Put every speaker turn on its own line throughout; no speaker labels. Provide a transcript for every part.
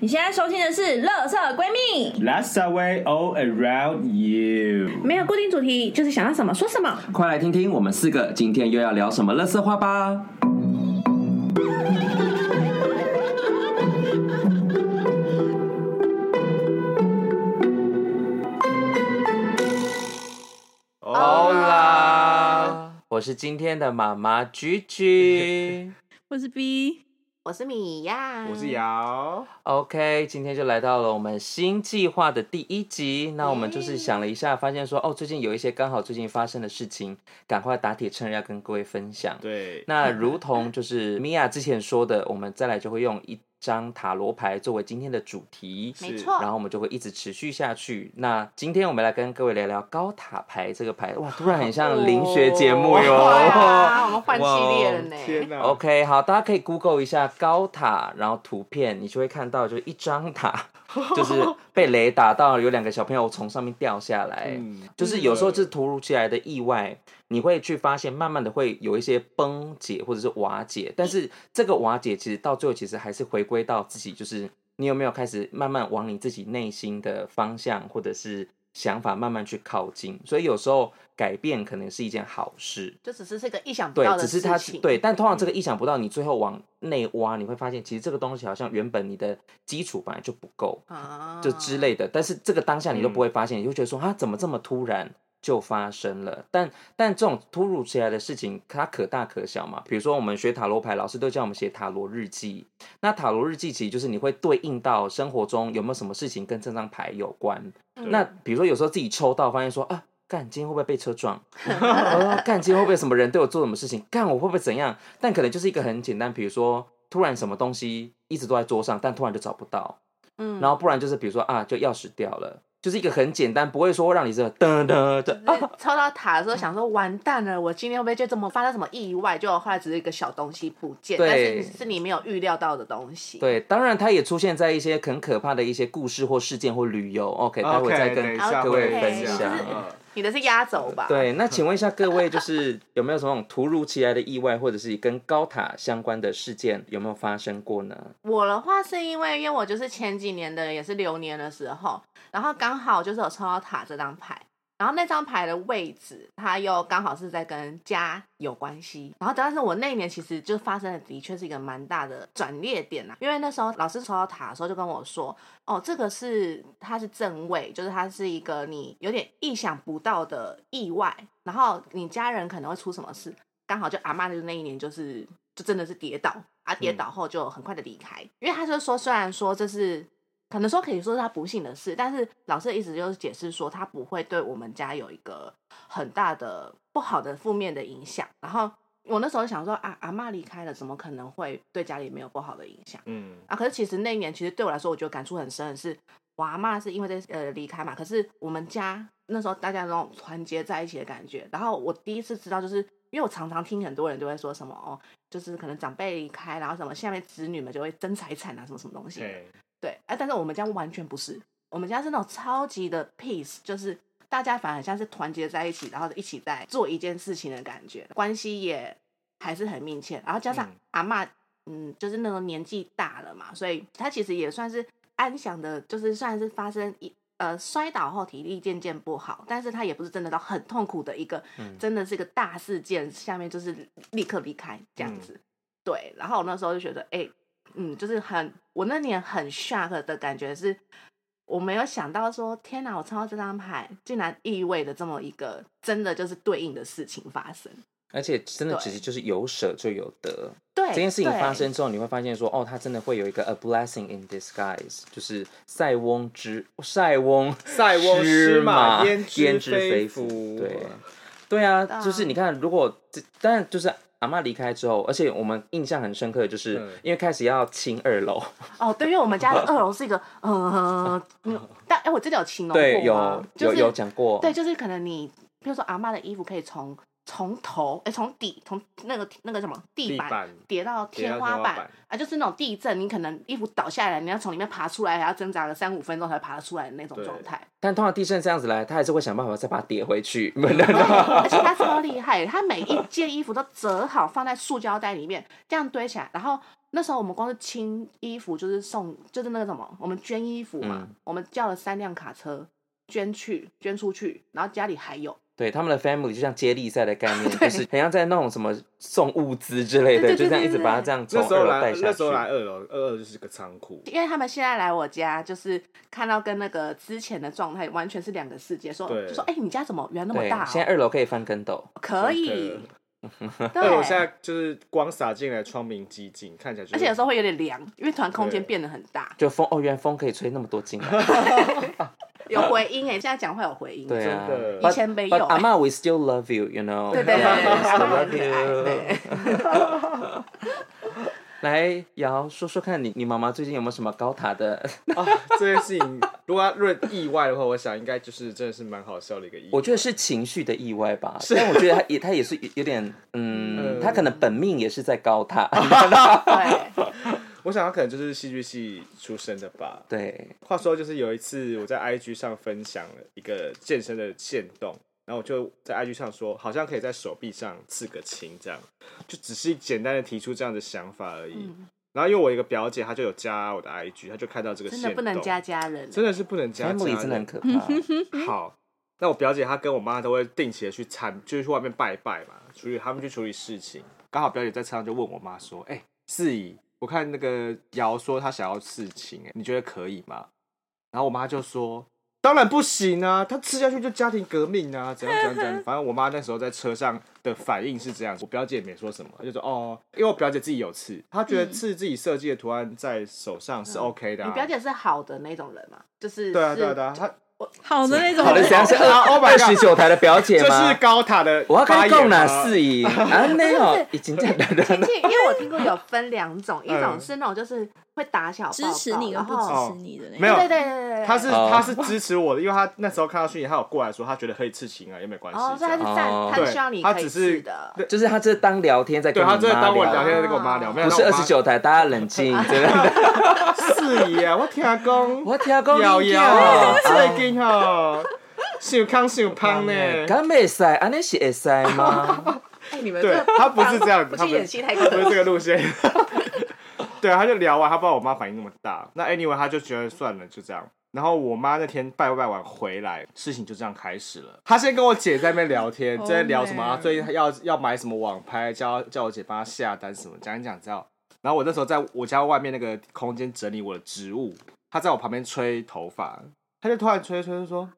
你现在收听的是《乐色闺蜜》，
Let's away all around you。
没有固定主题，就是想要什么说什么。
快来听听我们四个今天又要聊什么乐色话吧！欧啦，我是今天的妈妈居 居。
我是 B，
我是米娅，
我是瑶，
OK，今天就来到了我们新计划的第一集。那我们就是想了一下，发现说哦，最近有一些刚好最近发生的事情，赶快打铁趁热要跟各位分享。
对，
那如同 就是米娅之前说的，我们再来就会用一张塔罗牌作为今天的主题，
没
然
错，
后我们就会一直持续下去。那今天我们来跟各位聊聊高塔牌这个牌，哇，突然很像灵学节目哟。哦
对哦啊，我们换系列了
天
呢。
哪
OK，好，大家可以 Google 一下高塔，然后图片，你就会看到就是一张塔， 就是被雷打到，有两个小朋友从上面掉下来，
嗯
就是有时候是突如其来的意外，你会去发现，慢慢的会有一些崩解或者是瓦解，但是这个瓦解其实到最后其实还是回归到自己，就是你有没有开始慢慢往你自己内心的方向或者是想法慢慢去靠近，所以有时候改变可能是一件好事。
就只是这个意想不
对
到，的
只
事
是它
情，嗯
对，但通常这个意想不到，你最后往内挖，你会发现其实这个东西好像原本你的基础本来就不够，
啊嗯
就之类的。但是这个当下你都不会发现，你就觉得说它怎么这么突然就发生了？但但这种突如其来的事情，它可大可小嘛。比如说我们学塔罗牌，老师都叫我们写塔罗日记。那塔罗日记其实就是你会对应到生活中有没有什么事情跟这张牌有关。
嗯
那比如说有时候自己抽到，发现说啊。干，今天会不会被车撞？ 哦干，今天会不会什么人对我做什么事情？干，我会不会怎样？但可能就是一个很简单，比如说突然什么东西一直都在桌上，但突然就找不到，
嗯
然后不然就是比如说啊，就钥匙掉了，就是一个很简单，不会说让你这噔噔啊的
就是抽到塔的时候，想说完蛋了，我今天会不会就这么发生什么意外？就后来只是一个小东西不见，
对
但是是你没有预料到的东西。，
对，当然它也出现在一些很可怕的一些故事或事件或旅游。OK，待会再
OK，等一
跟
下
各位分
就是
享。
你的是压轴吧？，
对，那请问一下各位，就是有没有什么那种突如其来的意外，或者是跟高塔相关的事件有没有发生过呢？
我的话是因为，因为我就是前几年的，也是流年的时候，然后刚好就是有抽到塔这张牌，然后那张牌的位置，它又刚好是在跟家有关系。然后，但是我那一年其实就发生的的确是一个蛮大的转捩点啊，因为那时候老师抽到塔的时候就跟我说，哦，这个是它是正位，就是它是一个你有点意想不到的意外，然后你家人可能会出什么事，刚好就阿妈就那一年就是就真的是跌倒啊，跌倒后就很快的离开，因为他就说虽然说这是可能说可以说是他不幸的事，但是老师的意思就是解释说他不会对我们家有一个很大的不好的负面的影响，然后。我那时候想说啊，阿妈离开了，怎么可能会对家里没有不好的影响？
嗯，
啊，可是其实那一年，其实对我来说，我觉得感触很深的是，我阿妈是因为这呃离开嘛，可是我们家那时候大家那种团结在一起的感觉。然后我第一次知道，就是因为我常常听很多人都会说什么哦，就是可能长辈离开，然后什么下面子女们就会争财产啊，什么什么东西。
对，
对，啊，但是我们家完全不是，我们家是那种超级的 peace，就是大家反而像是团结在一起，然后一起在做一件事情的感觉，关系也还是很密切。然后加上
嗯
阿嬷，嗯，就是那种年纪大了嘛，所以她其实也算是安详的，就是算是发生一。呃，摔倒后体力渐渐不好，但是她也不是真的到很痛苦的一个，
嗯
真的是一个大事件，下面就是立刻离开这样
嗯
子。对，然后我那时候就觉得，哎、嗯，就是很我那年很 shock 的感觉是，我没有想到说，天哪，我抽到这张牌，竟然意味着这么一个真的就是对应的事情发生。
而且真的
对
其实就是有舍就有得，
对，
这件事情
对
发生之后，你会发现说，哦，它真的会有一个 a blessing in disguise，就是塞翁之塞翁
塞翁失马焉知
焉知
非
非
福
对， 对啊，
对啊
就是你看，如果这当然就是阿嬷离开之后，而且我们印象很深刻，的就是、
嗯
因为开始要清二楼，
哦，对，因为我们家的二楼是一个，呃， 嗯但哎、我真的有形容
对，
过
有
吗、就是、
有有讲过，
对，就是可能你，比如说阿妈的衣服可以从从头，哎、从底，从那个那个什么地
地
板
板
叠到
叠到
天花
天花
板
板
啊，就是那种地震，你可能衣服倒下来，你要从里面爬出来，还要挣扎个三五分钟才爬得出来的那种
对
状态。
但通常地震这样子来，他还是会想办法再把它叠回去， 不然
哦而且他超厉害，他每一件衣服都折好放在塑胶袋里面，这样堆起来，然后那时候我们光是清衣服就是送，就是那个什么，我们捐衣服嘛，
嗯
我们叫了三辆卡车捐去捐出去，然后家里还有，
对，他们的 family 就像接力赛的概 念，就是很像在那种什么送物资之类的，
对对
就这样
对
一
对
直把它这样从
那时候
二楼
来
带，下
那时候来
去。
二楼，二楼就是个仓库。
因为他们现在来我家，就是看到跟那个之前的状态完全是两个世界，说
对
就说哎、你家怎么原来那么
对
大、，
现在
哦？
二楼可以翻跟斗，
可以
真，
对，
二楼哦现在就是光洒进来，窗明几净，看起来就是。
而且有时候会有点凉，因为突然空间
对
变得很 大，
就风哦，原来风可以吹那么多进来。
有回音哎、现在讲话有回音，
对啊
真的，
But-
以前没
But
有
阿妈，we still love you, you know.
对对对
We
对
still
很
love
可爱
you.
对。
来，瑶说说看你，你妈妈最近有没有什么高塔的？
啊，这件事情如果要论意外的话，我想应该就是真的是蛮好笑的一个意外。
我觉得是情绪的意外吧，但我觉得她也她也是有点， 嗯，
嗯
她可能本命也是在高 塔。
欸对，
我想他可能就是戏剧系出身的吧。
对，
话说，就是有一次我在 IG 上分享了一个健身的线动，然后我就在 IG 上说，好像可以在手臂上刺个青，这样，就只是简单的提出这样的想法而已。
嗯
然后因为我有一个表姐，她就有加我的 IG，她就看到这个
真
线
的
动，
不能加，家人，
真的啊是不能加家
family 真的很
人
可怕。
嗯
好，那我表姐她跟我妈都会定期的去参，就是去外面拜拜嘛，处理他们去处理事情。刚好表姐在车上就问我妈说：“哎、四姨，我看那个瑶说她想要刺青、哎，你觉得可以吗？”然后我妈就说：“当然不行啊，她吃下去就家庭革命啊，怎样怎样怎样。”反正我妈那时候在车上的反应是这样，我表姐也没说什么，她就说：“哦，因为我表姐自己有刺，她觉得刺自己设计的图案在手上是 OK 的、啊。
嗯你表姐是好的那种人嘛，就是
对啊
是
对啊对啊，她
好的那种
好的，想 想
啊，Oh
二
my
十
god！
九台的表姐
这
吗
是？高塔的
我要
发言
跟共
吗
哪四姨啊？没有，已经在
亲
了。
戚，因为我听过有分两种，一种
嗯
是那种就是会打小报
支持
告
你跟
然
不
后
哦
支持你的那种。
没有
对对对对对，
他是
哦
他是支持我的，因为他那时候看到讯息，他有过来说他觉得可以刺青啊，也没关系
哦，所
这
以他是
样。
哦
赞，他
对
是希望你
他
可以
只是
吃的，
就是他这当聊天在
对
跟你妈
他真的当我聊天
聊，
在跟我妈聊，没有
不是二十九台，大家冷静，真的。
四姨啊，我听讲，
我听讲
瑶
你
瑶
讲
啊最近吼，想康想 胖呢，
敢袂使，安尼是会使吗？
哎，你们
对
这
他不是这样
不
他
是
不
演戏太
不是
可
这个路线。 对，啊他就聊完，他不知道我妈反应那么大。那 anyway，他就觉得算了，就这样。然后我妈那天拜拜完回来，事情就这样开始了。她先跟我姐在那边聊天，在聊什么啊？最近要要买什么网拍，叫叫我姐帮她下单什么，讲一讲这样。然后我那时候在我家外面那个空间整理我的植物，她在我旁边吹头发，她就突然吹吹就说：“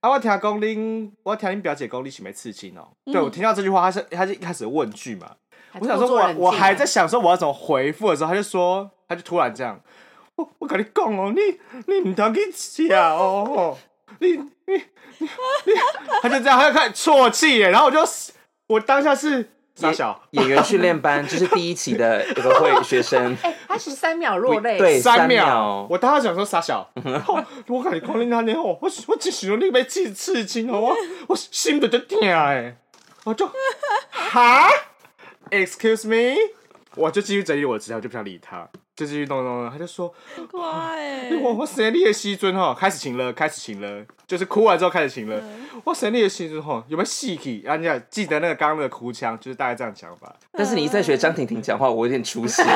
啊，我听公拎，我听你表姐公拎是没刺青哦。对我听到这句话，她是她就一开始问句嘛，我想说我，我
啊
还在想说我要怎么回复的时候，他就说，他就突然这样，我我跟你讲哦，你你唔通去吃哦，你你你你，他就这样，他就开始啜泣耶，然后我就我当下是傻小，
演员训练班就是第一期的这个会学生，
哎，他十三秒落泪，
对三秒
秒，我当下想说傻小，然后我跟你讲你那年哦，我我只想到你被刺刺青哦，我我心都在疼哎，我就哈，excuse me，我就继续整理我的资料，就不想理他。就继续弄弄弄，他就说：“
快
我我神你的时阵吼，开始晴了，开始晴了，就是哭完之后开始晴了。我神你的时阵吼，有没有细气？啊，你要记得那个刚刚的哭腔，就是大概这样讲法。
但是你一再学张婷婷讲话，我有点出戏。
因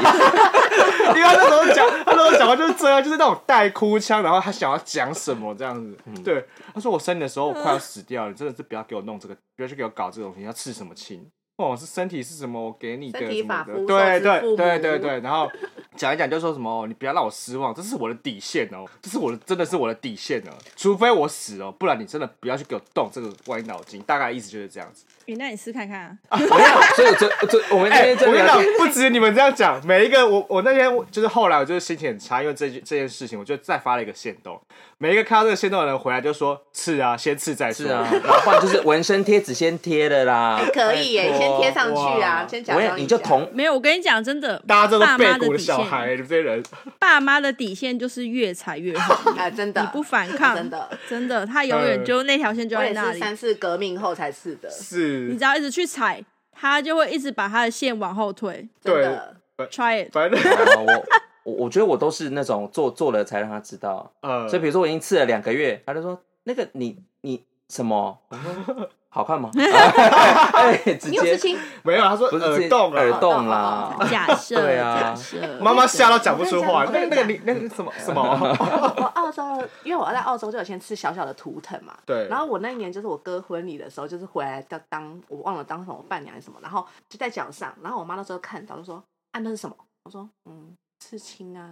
为他那时候讲，他那时候讲话就是这样，就是那种带哭腔，然后他想要讲什么这样子。对，他说我生你的时候我快要死掉了，你真的是不要给我弄这个，不要去给我搞这种东西，你要吃什么亲？哦，是身体是什么？我给你的
身体
什么
发
的
肤
对
受之
对
父母
对对对，然后讲一讲就说什么，你不要让我失望，这是我的底线哦，这是我的真的是我的底线哦，除非我死哦，不然你真的不要去给我动这个歪脑筋，大概意思就是这样子。
你那你试看看啊，
没有，所以我就就我们那
哎、
天
我
就
跟你
聊
讲
天，，
不止你们这样讲，每一个我我那天我就是后来我就是心情很差，因为这句这件事情，我就再发了一个线动，每一个看到这个线动的人回来就说刺啊，先刺再说。
是啊，然后换就是纹身贴纸先贴的啦。
可以耶，
拜托
你先贴上去啊，
哦哇
先假
我也
装
你就
一下
同
没有，我跟你讲，真的，
大家都是
爸妈
背
的
骨
底
的小
线，
孩，你们这些人，
爸妈的底线就是越踩越红，
啊，真的
你不反抗，
真，的，哎
真的，他永远就那条线就
我
在
也
那
是
里，
三次革命后才是的，
你
是
只要一直去踩，他就会一直把他的线往后推。
真
对
的。
Try it，
反正
啊，我我我觉得我都是那种做做了才让他知道。
呃，
所以比如说我已经刺了两个月，他就说那个你你什么？我说好看吗？哎，直
你有刺
接
青？
没有，他说
不是
耳洞
耳
啊。
洞啦，
假设，
对啊
假设，
妈妈吓到讲不出话，
我
那
跟你
那个
讲
你那个什么什么？
我澳洲，因为我在澳洲就有先吃小小的图腾嘛。
对
然后我那一年就是我哥婚礼的时候，就是回来当当我忘了当什么伴娘还是什么，然后就在脚上，然后我妈那时候看到就说：“啊，那是什么？”我说：“嗯，刺青啊。”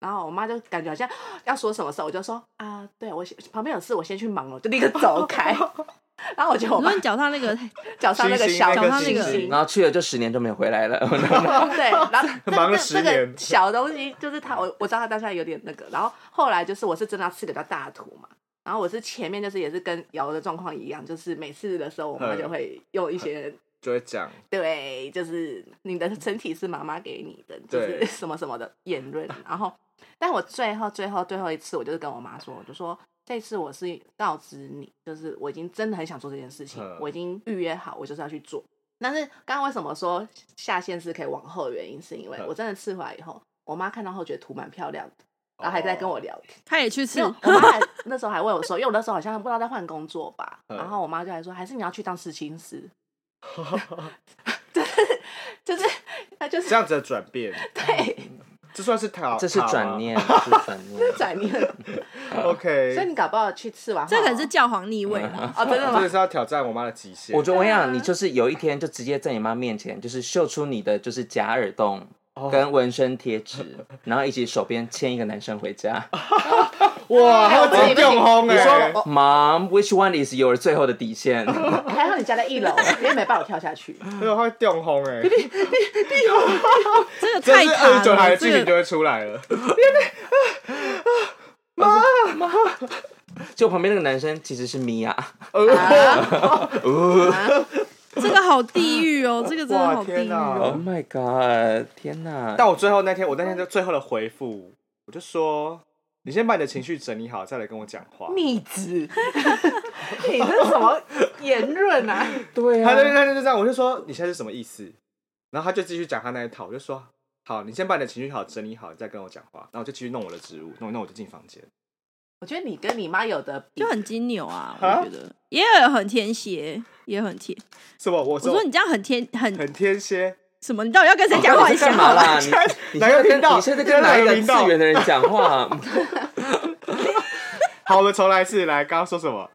然后我妈就感觉好像啊要说什么时候，我就说：“啊，对我先旁边有事，我先去忙了。”就立刻 走开。然后我觉得我
你
妈
说你脚上那个，
脚上那个
星星
小
那
脚
个
上那个
星星
然后去了就十年就没有回来 了。
对，然后这
忙了
这
十
这个
年
小东西就是他，我我知道他当下有点那个，然后后来就是我是真的要吃个叫大图嘛，然后我是前面就是也是跟瑶的状况一样，就是每次的时候我妈
嗯
就会用一些
就会讲，
对，就是你的身体是妈妈给你的，就
对
是什么什么的言论。然后，但我最后最后最后一次，我就是跟我妈说，我就说这次我是告知你，就是我已经真的很想做这件事情，
嗯
我已经预约好，我就是要去做。但是刚刚为什么说下线是可以往后的原因，是因为
嗯
我真的刺回来以后，我妈看到后觉得图蛮漂亮的，
哦
然后还在跟我聊天。
他也去
没
吃
有，，我妈还那时候还问我说，因为我那时候好像不知道在换工作吧，
嗯
然后我妈就还说，还是你要去当刺青师， 就是她就是
这样子的转变，
对，
这算是讨，
这是
讨啊
转。念，这是转 念。
啊
转念。所以
OK，
你搞不好去吃完后，
这可能是教皇逆位了。
哦，真的
这
吗
个？是要挑战我妈的极限。
我觉得我跟你
对啊
讲，你就是有一天就直接在你妈面前，就是秀出你的就是假耳洞。
哦
跟纹身贴 纸，然后一起手边牵一个男生回家。
哦哇，
哎
还
我
有
自
这
己不行
用轰
你
哎
说，
Mom，which one is your 最后的底 线？
我还好你家在一楼，因为没办法跳下去。
没有，它会掉轰哎，
这个
这
太
是二
卡
十九
了，
台的剧情
这
就
个
会出 来了。
就旁边那个男生其实是米 娅，
啊
呃
啊
这个好地狱哦，这个真的
哇
好地
天
狱
哪
哦。
Oh my god！天哪！
但我最后那天，我那天就最后的回复，我就说，你先把你的情绪整理好，再来跟我讲话。
逆子， 你这什么言论啊？
对
他就
啊，
他就这样，我就说你现在是什么意思？然后他就继续讲他那一套，我就说好，你先把你的情绪好整理好，你再跟我讲话。然后我就继续弄我的植物，弄一弄我就进房间。
我觉得你跟你妈有的比
就很金牛啊，我
啊
觉得也有很天蝎，也很天。
什么？我
我说你这样很天很
很哦天蝎，
什么？你到底要跟谁讲
到
话？
底
你
是
想
干嘛
好
啦？
啊
了，
你你
哪个
现在
频
跟
道
你现在跟哪一
哪个
个
频
次
道
元的人讲话？
好，我们重来一次。来，刚刚说什么？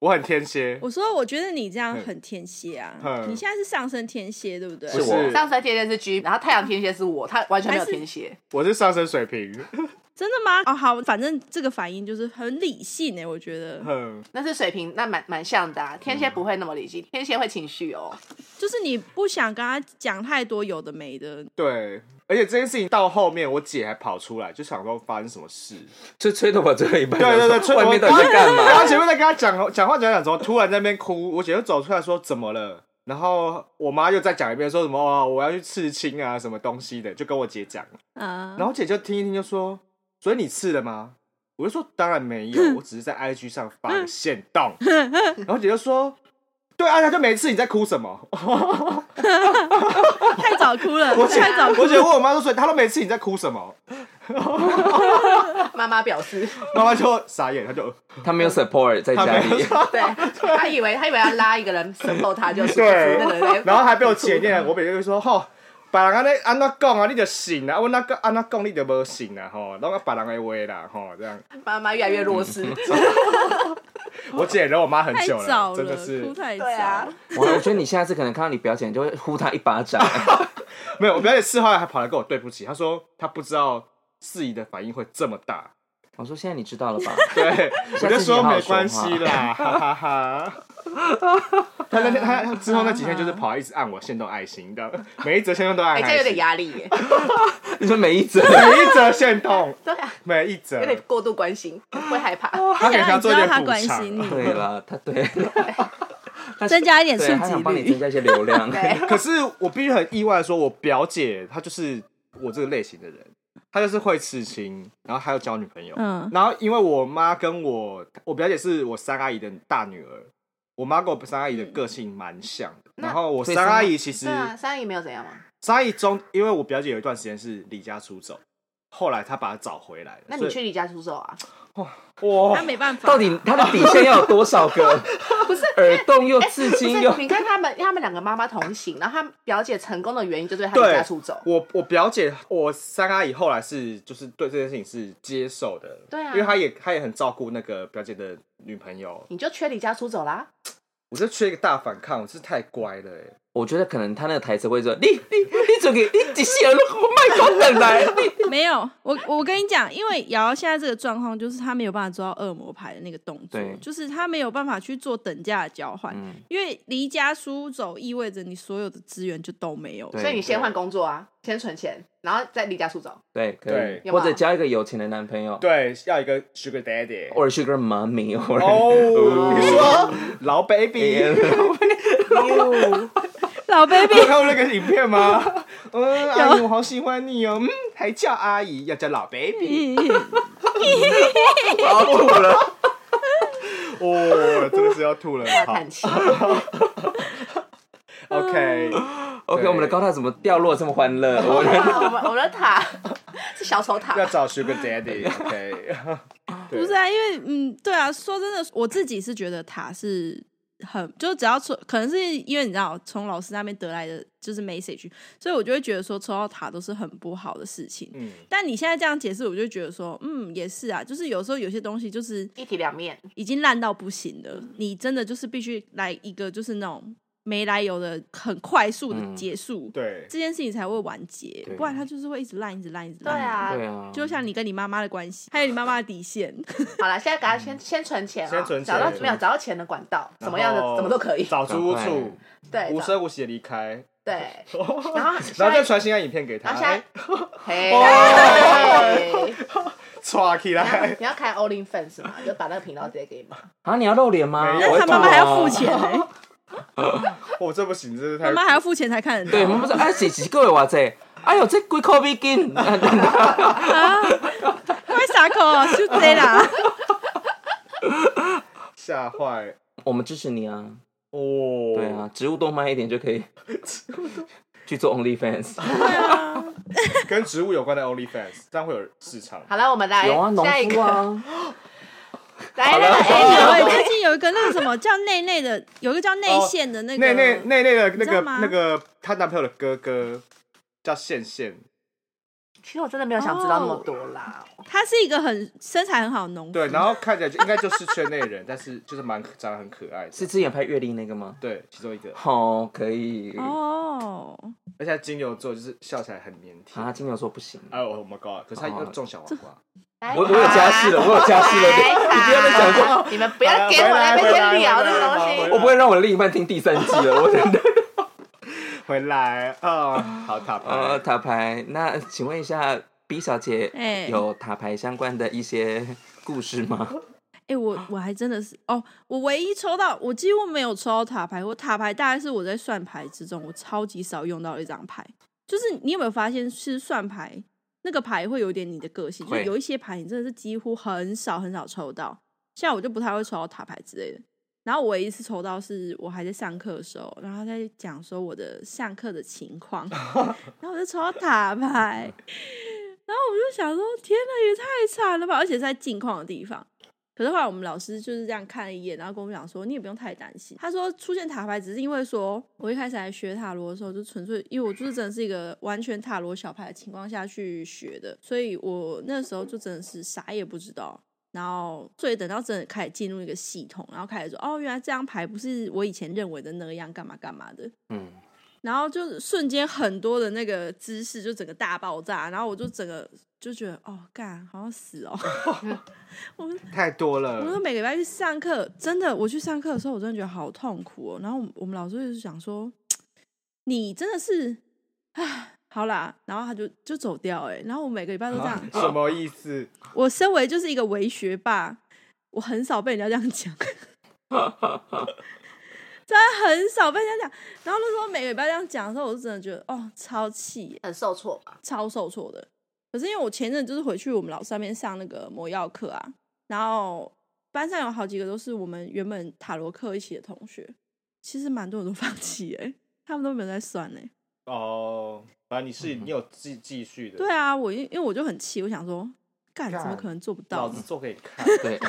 我很天蝎，
我说我觉得你这样很天蝎啊，
嗯
你现在是上升天蝎对不对？
是我
我
上升天蝎是 G，然后太阳天蝎是我，他完全没有天蝎。
我是上升水瓶。
真的吗？哦，好，反正这个反应就是很理性哎，我觉得
哼，
那是水瓶，那蛮蛮像的啊。天蝎不会那么理性，天蝎会情绪哦。
就是你不想跟他讲太多有的没的，
对。而且这件事情到后面，我姐还跑出来，就想说发生什么事。
就吹头发吹到一半，
对对对，吹
外面到底在干嘛？
然后前面在跟她讲讲话讲讲，怎么突然在那边哭？我姐就走出来说怎么了？然后我妈又再讲一遍，说什么哦，我要去刺青啊，什么东西的，就跟我姐讲。
嗯
啊，
然后我姐就听一听就说，所以你刺了吗？我就说当然没有，我只是在 IG 上发个线动。然后我姐就说，对啊，她就没刺，你在哭什么？
太早哭了，
我姐
太早，哭
我姐
了。
问我妈说，所以她都没刺，你在哭什么？
妈妈表示，
妈妈就傻眼，她就
他没有 support 在
她
家
没有
里，
对， 他以为他以为要拉一个人身后他就是
对
那个人，
然后还被我姐念，我每天就说吼。别人安尼安怎讲啊，你就信啊；我那个安怎讲，你就无信啊，吼，拢个别人的话啦，吼，这样。
妈妈越来越弱势。
我姐惹我妈很
太
久
早
真的
哭
是
太早。
对啊，
哇！我觉得你下次可能看到你表姐，你就会呼她一巴掌。
没有。我表姐事后还跑来跟我对不起，她说她不知道四姨的反应会这么大，
我说现在你知道了吧？
对，我就说
下次你好好
没关系啦， 哈哈哈。他那天他他之后那几天就是跑来一直啊按我限动爱心的，每一则限动都按爱
哎，这
心，
样有点压力耶。
你说每一则，
每一则限动，
对啊，哦
每一则
有，点 过度关心，会害怕。
他给
想
他
让你
做
知
一
道
点
他
补
关
偿。
心你，
对了，他对，他
增加一点触
对，他
及
想帮你增
率。
加一些流量。
对，
可是我必须很意外的说，我表姐她就是我这个类型的人，她就是会刺青，然后还有交女朋友。
嗯，
然后因为我妈跟我我表姐是我三阿姨的大女儿，我妈跟我三阿姨的个性蛮像的。
那
然后我
所以
三
三
阿
阿
姨其实
对啊，三姨没有怎样嘛。
沙溢中，因为我表姐有一段时间是离家出走，后来她把她找回来了。
那
所
你
以
去离家出走啊？
哇
他，没办法，
到底他的底线要有多少个？不是耳洞
哦
又刺
哎不
青又
是，你看他们，他们两个妈妈同行，然后他表姐成功的原因就对他离
对
家出走。
我我表姐，我三阿姨后来是就是对这件事情是接受的，
对啊
因为她也她也很照顾那个表姐的女朋友。
你就缺离家出走啦，
我就缺一个大反抗，我是太乖了哎。
我觉得可能他那个台词会说：“你你你怎给你底线都不卖光等来。你
没有，我我跟你讲，因为瑶瑶现在这个状况，就是她没有办法做到恶魔牌的那个动作
对，
就是她没有办法去做等价的交换，
嗯
因为离家出走意味着你所有的资源就都没有了
对
所以你先换工作啊，先存钱，然后再离家出走。
对，可以，
对
或者交一个有钱的男朋友，
对，要一个 Sugar Daddy。
哦
或者 Sugar Mommy，或者
哦，你说老 baby，
老 baby，
有看过那个影片吗？嗯，阿姨，我好喜欢你哦。嗯，还叫阿姨，要叫老 baby。
好吐了。
哦，真的是要吐了。
大
好
叹 气，
，OK，
OK，
对
我们的高塔怎么掉落这么欢乐？我们
哇我们我们的塔是小丑塔
要，找 Sugar Daddy。OK，对
不是啊，因为嗯，对啊，说真的，我自己是觉得塔是很，就只要抽，可能是因为你知道从老师那边得来的就是 message，所以我就会觉得说抽到塔都是很不好的事情。
嗯，
但你现在这样解释，我就觉得说，嗯，也是啊，就是有时候有些东西就是
一体两面。
已经烂到不行了，你真的就是必须来一个就是那种没来由的很快速的结束，
嗯 对，
这件事情才会完结
对，
不然它就是会一直烂，一直烂，一直
对
烂。
啊，
对啊，
就像你跟你妈妈的关系，还有你妈妈的底线，
好了，现在给他先先存钱啊，
先存钱
找到没有找到钱的管道，怎么样的
然后
怎么都可以。
找租屋处，
对，
无
找
声无息的离开，
对，然
然
后
后
现
再
在，
传性爱影片给他哎
然后， 现在，嘿
哦
嘿，
刷起
你要
来。
你要开 All in Fans 嘛，就把那个频道直接给你嘛。
啊，你要露脸吗？
没有
我
但他
会
妈妈
吐哦
还要付钱。呢，
我哦这不行，这是太
妈妈还要付钱才看得
对，我
到。
们不是哎，是几个月哇塞？哎呦，这贵口比金，
快傻口啊，就这 啦。
吓坏。
我们支持你啊！
哦，
对啊，，植物动漫一点就可 以去 做 OnlyFans。
对啊，
跟植物有关的 OnlyFans，这样会有市场。
好了，我们来
有啊，农
下一
夫
个，
啊，
来
好
那
了
个
哎，有
A
哎，
流
最近有一个那个什么叫内内的，有一个叫内线的那个
哦内内内内的那
你知道
个
吗
那个她男朋友的哥哥叫宪宪，
其实我真的没有想知道那么多啦。
他是一个很身材很好的农夫，
对，然后看起来就应该就是圈内人，但是就是蛮长得很可爱的，
是之前拍月历那个吗？
对其中一个，
好，可
嗯
以。啊
哦，
而且他金牛座就是笑起来很腼腆。
啊，哦金牛座不行。
哎，Oh my god！可是他又种小黄瓜，
来
我我有加戏了，我有加戏了，
来
你不要再讲说，
你们不要给我在那边聊这个东西。
我不会让我的另一半听第三季了，我真的。
回来啊，好塔
呃，
牌，
塔牌，那请问一下，B 小姐
哎
有塔牌相关的一些故事吗？
哎，我我还真的是哦，我唯一抽到，我几乎没有抽到塔牌，我塔牌大概是我在算牌之中，我超级少用到的一张牌。就是你有没有发现，是算牌那个牌会有点你的个性，就
会
有一些牌你真的是几乎很少很少抽到，像我就不太会抽到塔牌之类的。然后我唯一次抽到是我还在上课的时候，然后他在讲说我的上课的情况，然后我就抽到塔牌， 然后我就想说，天哪，也太惨了吧！而且是在镜框的地方。可是后来我们老师就是这样看了一眼，然后跟我们讲说，你也不用太担心。他说出现塔牌只是因为说，我一开始来学塔罗的时候，就纯粹因为我就是真的是一个完全塔罗小牌的情况下去学的，所以我那时候就真的是啥也不知道。然后，所以等到真的开始进入一个系统，然后开始说，哦，原来这张牌不是我以前认为的那样，干嘛干嘛的。
嗯，
然后就是瞬间很多的那个知识就整个大爆炸，然后我就整个就觉得哦，干好像死哦！
太多
我说
了。
每个礼拜去上课，真的，我去上课的时候，我真的觉得好痛苦哦。然后我们我们老师就是想说，你真的是，唉，好啦，然后他就就走掉哎、然后我每个礼拜都这样，
什么意思？
我身为就是一个伪学霸，我很少被人家这样讲，真的很少被人家讲。然后那时候每个礼拜这样讲的时候，我就真的觉得哦，超气耶
很受挫吧？
超受挫的。可是因为我前阵就是回去我们老师那边上那个魔药课啊，然后班上有好几个都是我们原本塔罗课一起的同学，其实蛮多人都 放弃哎、他们都没有在算哎、
嗯
哦，反正你是你有继继续的，
对啊，我因因为我就很气，我想说，干怎么
干
可能做不到
老子
呢？
做给你看。
对，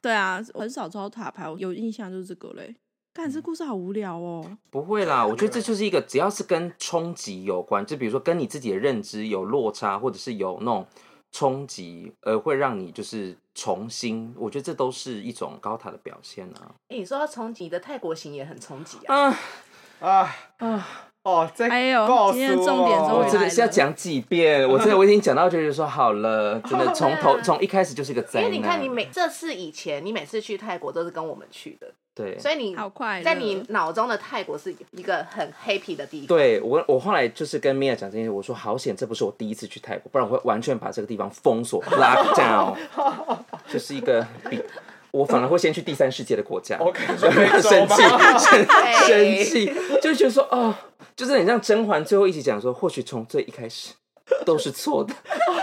对啊，很少抽到塔牌，我有印象就是这个嘞。干
嗯
这故事好无聊哦，
不会啦，我觉得这就是一个，只要是跟冲击有关，就比如说跟你自己的认知有落差，或者是有那种冲击，呃，会让你就是重新，我觉得这都是一种高塔的表现啊。
诶你说到冲击，你的泰国行也很冲击啊。
啊，
啊
啊
哦，这
哎呦
告
今天
诉
重点
我
终
我
于
真
来
的是要
了
讲几遍，我真的我已经讲到就是说好了，真的从
好
头
累啊
从一开始就是一个灾
因
难。
为你看，你每这次以前，你每次去泰国都是跟我们去的，
对
所以你
嗯好快乐。哦
在你脑中的泰国是一个很 happy 的地方。
对我我后来就是跟米娅讲这件事，我说好险，这不是我第一次去泰国，不然我会完全把这个地方封锁 lock down，就是一个比我反而会先去第三世界的国
哦
家。
我 感觉被
很
咒
生气，
骂
生
哎
生气，就觉得说哦，就是很像甄嬛最后一集讲说，或许从最一开始都是错的，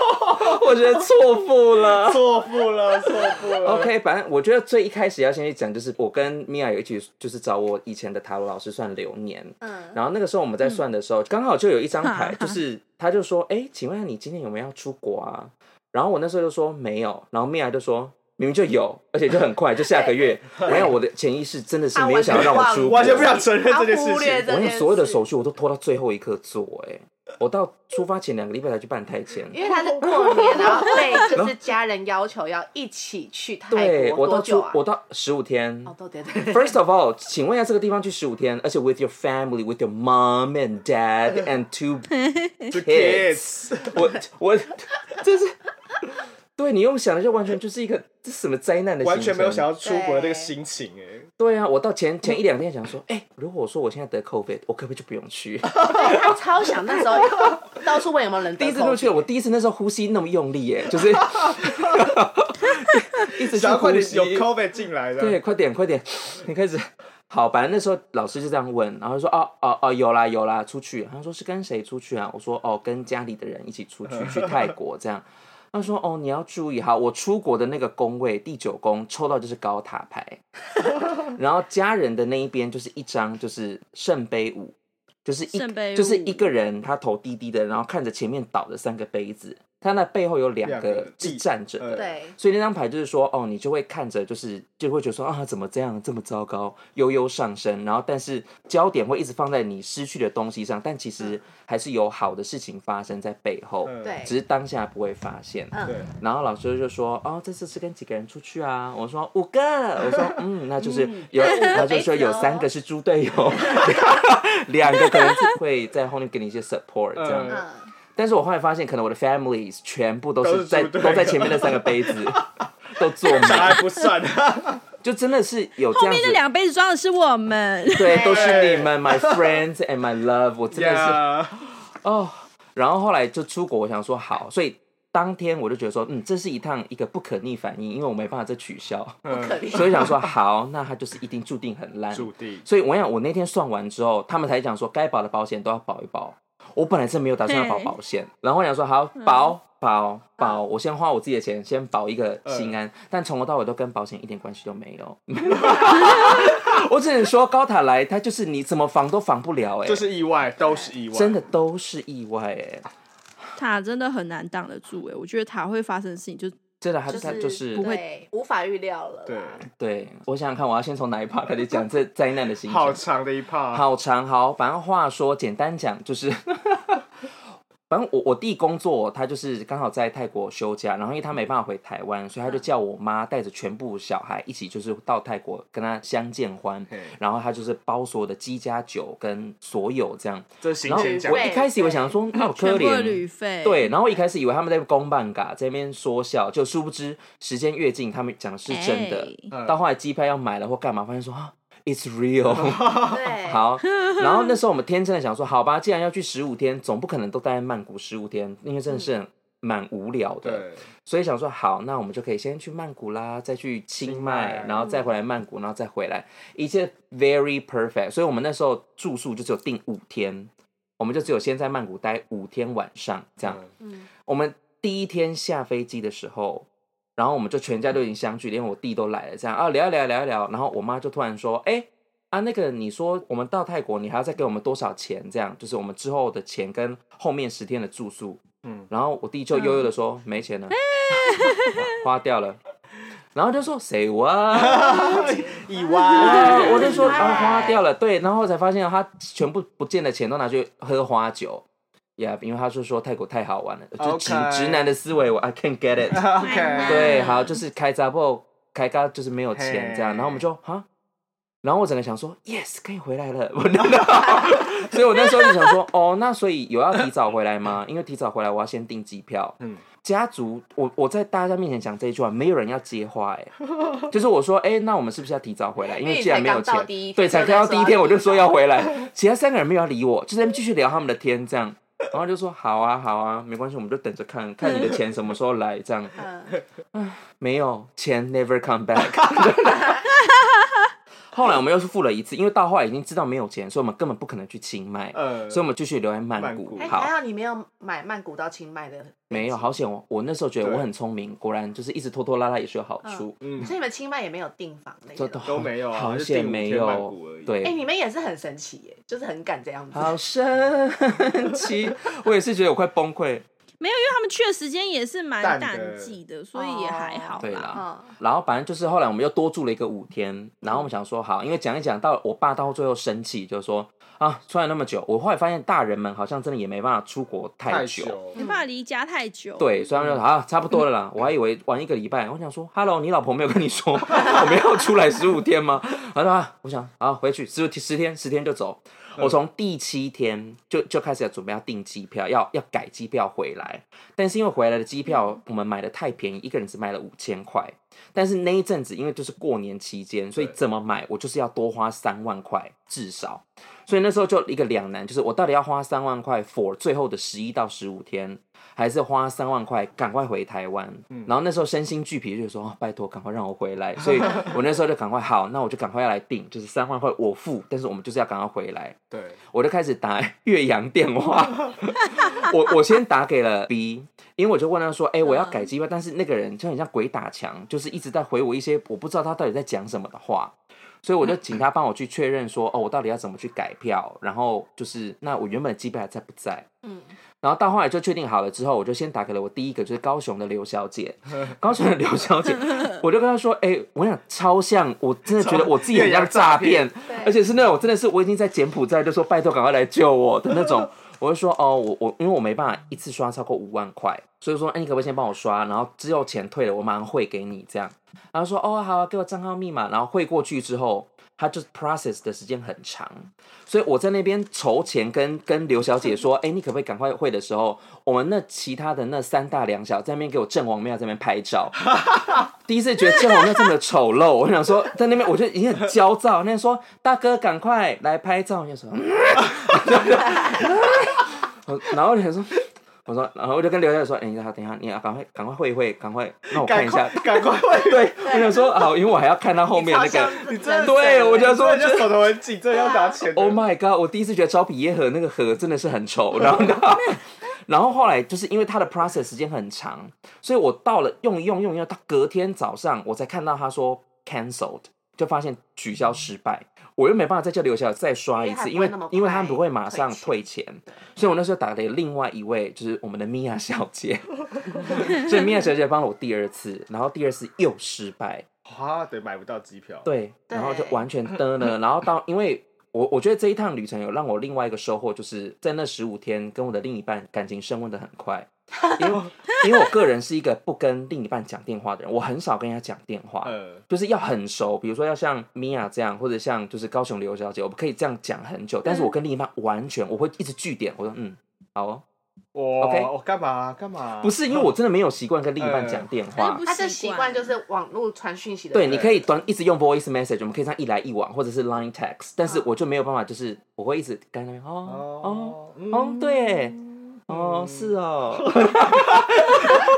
我觉得错付 了，
错付了，错付了。
OK，反正我觉得最一开始要先去讲，就是我跟米娅有一起，就是找我以前的塔罗老师算流年，
嗯，
然后那个时候我们在算的时 候，刚好就有一张牌，
哈
就是他就说，哎、请问你今天有没有要出国啊？然后我那时候就说没有，然后米娅就说明明就有，而且就很快，就下个月。 没有，我的潜意识真的
啊
是没有想要让我出国，
完全不想承认这件事情
他忽略这
我
件
用
事
所有的手，续我都拖到最后一刻做、哎，我到出发前两个礼拜才去办泰签。
因为 他是过年，然后被就是家人要求要一起去泰
嗯对
国
我
多
到
久
出
啊？
我到十五天，
哦，对对 对，
First of all，请问一下这个地方去十五天，而且 with your family, with your mom and dad and two，
To
kids 我我这是对你用想的就完全就是一个这什么灾难的行程，
完全没有想要出国的这个心情哎。
对啊，我到前前一两天想说，哎、如果我说我现在得 COVID，我可不可以就不用去？
对他超想那时候要到处问有没有人得
第一次出去，
COVID
我第一次那时候呼吸那么用力耶，就是 一直去
想要快
呼
点
吸
有 COVID 进来的，
对，快点快点，你开始。好，反正那时候老师就这样问，然后就说哦哦哦，有啦有啦，出去。他说是跟谁出去啊？我说哦，跟家里的人一起出去，去泰国这样。他说哦，你要注意好，我出国的那个宫位第九宫抽到就是高塔牌，然后家人的那一边就是一张就是圣杯五，就是一
圣杯
就是
五
一个人他头低低的，然后看着前面倒的三个杯子，他那背后有两
两
个
个
是
地
站着的
呃，
对，
所以那张牌就是说，哦，你就会看着，就是就会觉得说啊，怎么这样这么糟糕，悠悠上升。然后，但是焦点会一直放在你失去的东西上，但其实还是有好的事情发生在背后，
嗯
对
只是当下不会发现。
嗯，
对，
然后老师就说，哦，这次是跟几个人出去啊？我说五个。我说嗯，那就是有，他就说有三个是猪队友， 两个可能是会在后面给你一些 support 这样。
嗯
嗯，
但是我后来发现，可能我的 families 全部都
都
是
是
在
猪
都
队
在
友
前面那三个杯子 都坐
小
满，
孩不算，啊
就真的是有这样
那
子，
两杯子装的是我们，
对，都是你 们 my friends and my love，我 真的是
呀，
哦。然后后来就出国，我想说好，所以当天我就觉得说，嗯，这是一趟一个不可逆反应，因为我没办法再取消，
不可怜。
所以想说好，那它就是一定注定很
嗯
烂，
注定
所以我想，我那天算完之后，他们才讲说该保的保险都要保一保。我本来是没有打算要保
嘿
保险，然后我想说好保保保，我先花我自己的钱，先保一个心安。但从头到尾都跟保险一点关系都没有。 我只能说高塔来，它就是你怎么防都防不了哎、
这是意外，都是意外，
真的都是意外哎、
塔真的很难挡得住哎、我觉得塔会发生的事情就
真的它它
是
就是
不会
对无法预料了啦。
对，
对，我想想看，我要先从哪一 part 开始讲这 灾难的心情？
好长的一趴，
好长好，反正话说，简单讲就是， 反正我我弟工作，他就是刚好在泰国休假，然后因为他没办法回台湾，所以他就叫我妈带着全部小孩一起，就是到泰国跟他相见欢
嘿。
然后他就是包所有的鸡加酒跟所有这样。
这行
然后
前讲
我一开始以为想说，那我
全
可
部的旅
怜。
费。
对，然后我一开始以为他们在公办嘎，在那边说笑，就殊不知时间越近，他们讲的是真的。
哎
嗯
到后来机票要买了或干嘛，发现说啊，it's real。
对，
好，然后那时候我们天真的想说，好吧，既然要去十五天，总不可能都待在曼谷十五天，因为真的是很蛮无聊的，
对，
所以想说好，那我们就可以先去曼谷啦，再去清
清
迈
迈，
然后再回来曼谷，然后再回来，一切 very perfect。所以我们那时候住宿就只有订五天，我们就只有先在曼谷待五天晚上这样。
嗯
嗯，
我们第一天下飞机的时候，然后我们就全家都已经相聚，连我弟都来了，这样啊聊一聊聊一聊，然后我妈就突然说，哎、啊那个你说我们到泰国，你还要再给我们多少钱？这样就是我们之后的钱跟后面十天的住宿，
嗯，
然后我弟就悠悠的说、没钱了，花掉了，然后就说谁哇？
嗯 意
啊
外，
我就说啊花掉了，对，然后才发现他全部不见的钱都拿去喝花酒。呀、因为他是说泰国太好玩了，就直
OK
直男的思维，我 I can get it。
啊
OK，
对，好，就是开闸破，开闸就是没有钱这样，
嘿
然后我们就哈，然后我整个想说，yes，可以回来了， 我所以我那时候就想说，哦，那所以有要提早回来吗？因为提早回来，我要先订机票。
嗯，
家族，我我在大家面前讲这一句话，没有人要接话、 哎，就是我说，哎、那我们是不是要提早回来？因
因为
为
你
既然
才
没有
刚
钱
到第一，天
对，才
就
看
在
到
说
第一
要
天我
提
就说
早
要回来，其他三个人没有要理我，就是他们继续聊他们的天这样。然后就说好啊，好啊，没关系，我们就等着看看你的钱什么时候来这样。
嗯，
没有钱，never come back。后来我们又是付了一次，因为到后来已经知道没有钱，所以我们根本不可能去清迈，
呃，
所以我们继续留在曼
曼
谷
谷。
哎，
好
还，好你没有买曼谷到清迈的，
没有，好险我我那时候觉得
对
我很聪明，果然就是一直拖拖拉拉也是有好处。
嗯，
所以你们清迈也没有订房那
这
些
都
的。
都没有啊
好
就
险
订五
没
天曼谷
有
而，已
对，
哎，你们也是很神奇耶，就是很敢这样子。
好神 奇，我也是觉得我快崩溃。
没有，因为他们去的时间也是蛮
淡
淡
的
季
哦
的，所以也还好
对啦
啦。
嗯，
然后反正就是后来我们又多住了一个五天，然后我们想说好，因为讲一讲到我爸到最后生气，就是说啊，出来那么久，我后来发现大人们好像真的也没办法出国
太
太久，
久
没办法离家太久。，
对，所以他们就说啊，差不多了啦，我还以为玩一个礼拜，我想说，Hello，你老婆没有跟你说 我们要出来十五天吗？他说啊，我想啊，回去十十天十天就走。我从第七天就就开始准备要订机票，要要改机票回来，但是因为回来的机票我们买的太便宜，一个人只买了五千块，但是那一阵子因为就是过年期间，所以
对
怎么买我就是要多花三万块至少，所以那时候就一个两难，就是我到底要花三万块 for 最后的十一到十五天，还是花三万块赶快回台湾。然后那时候身心俱疲，就说、哦、拜托赶快让我回来。所以我那时候就赶快好，那我就赶快要来订，就是三万块我付，但是我们就是要赶快回来。
对，
我就开始打 岳阳电话，我我先打给了 B，因为我就问他说，哎、我要改机票，但是那个人就很像鬼打墙，就是一直在回我一些我不知道他到底在讲什么的话，所以我就请他帮我去确认说，哦，我到底要怎么去改票，然后就是那我原本的机票还在不在？
嗯，
然后到后来就确定好了之后，我就先打给了我第一个就是高雄的刘小姐，高雄的刘小 姐，我就跟她说，哎、我想超像，我真的觉得我自己很像诈骗，
对
而且是那种真的是我已经在柬埔寨就说拜托赶快来救我的那 种，我就说哦，我我因为我没办法一次刷超过五万块，所以说哎、你可不可以先帮我刷，然后之后钱退了我马上汇给你这样，然后说哦好啊，给我账号密码，然后汇过去之后。他就 process 的时间很长，所以我在那边筹钱跟跟刘小姐说，哎、 你可不可以赶快汇的时候，我们那其他的那三大两小在那边给我郑王庙这边拍照， 第一次觉得郑王庙这么丑陋，我想说在那边我就已经很焦躁，那边说大哥赶快来拍照，我就说， 嗯我然后我就想说。我说，然后我就跟刘小姐说：“哎、你等一下，等一下，你赶快，赶快会一会，赶快，那我看
赶
一下
快。赶快回
对，我想说，好，因为我还要看他后面那
你超
个
像
你真的
人
对，我
耶
就
来，
说
所以
我觉
就
得
手头很紧，真的要拿钱的。
，Oh my god！我第一次觉得招比耶和那个河真的是很 丑，然后呢 然后后来就是因为它的 process 时间很长，所以我到了用一用用一用，到隔天早上我才看到他说 cancelled，就发现取消失败，我又没办法再叫刘小姐再刷一次，因
因
为
为它不会那么
因为
快
他不会马上退
退
钱，所以我那时候打给另外一位就是我们的米娅小 姐，所以米娅小姐帮了我第二次，然后第二次又失败，
哇，得买不到机票。
对，然后就
对
完 全的呢，然后到因为。我我觉得这一趟旅程有让我另外一个收获，就是在那十五天跟我的另一半感情升温的很 快，因为因为我个人是一个不跟另一半讲电话的人，我很少跟人家讲电话，
呃，
就是要很熟，比如说要像米娅这样，或者像就是高雄刘小姐，我们可以这样讲很久，但是我跟另一半完全我会一直据点，我说嗯好嗯哦，
我
OK
我干嘛干嘛？
不是因为我真的没有习惯跟另一半讲电
但是
话
不，
他是习惯就是网络传讯息的
对，
人，
你可以短一直用 voice message，我们可以这样一来一往，或者是 line text，但是我就没有办法，就是我会一直跟那边嗯哦
哦
哦哦，对，哦是哦，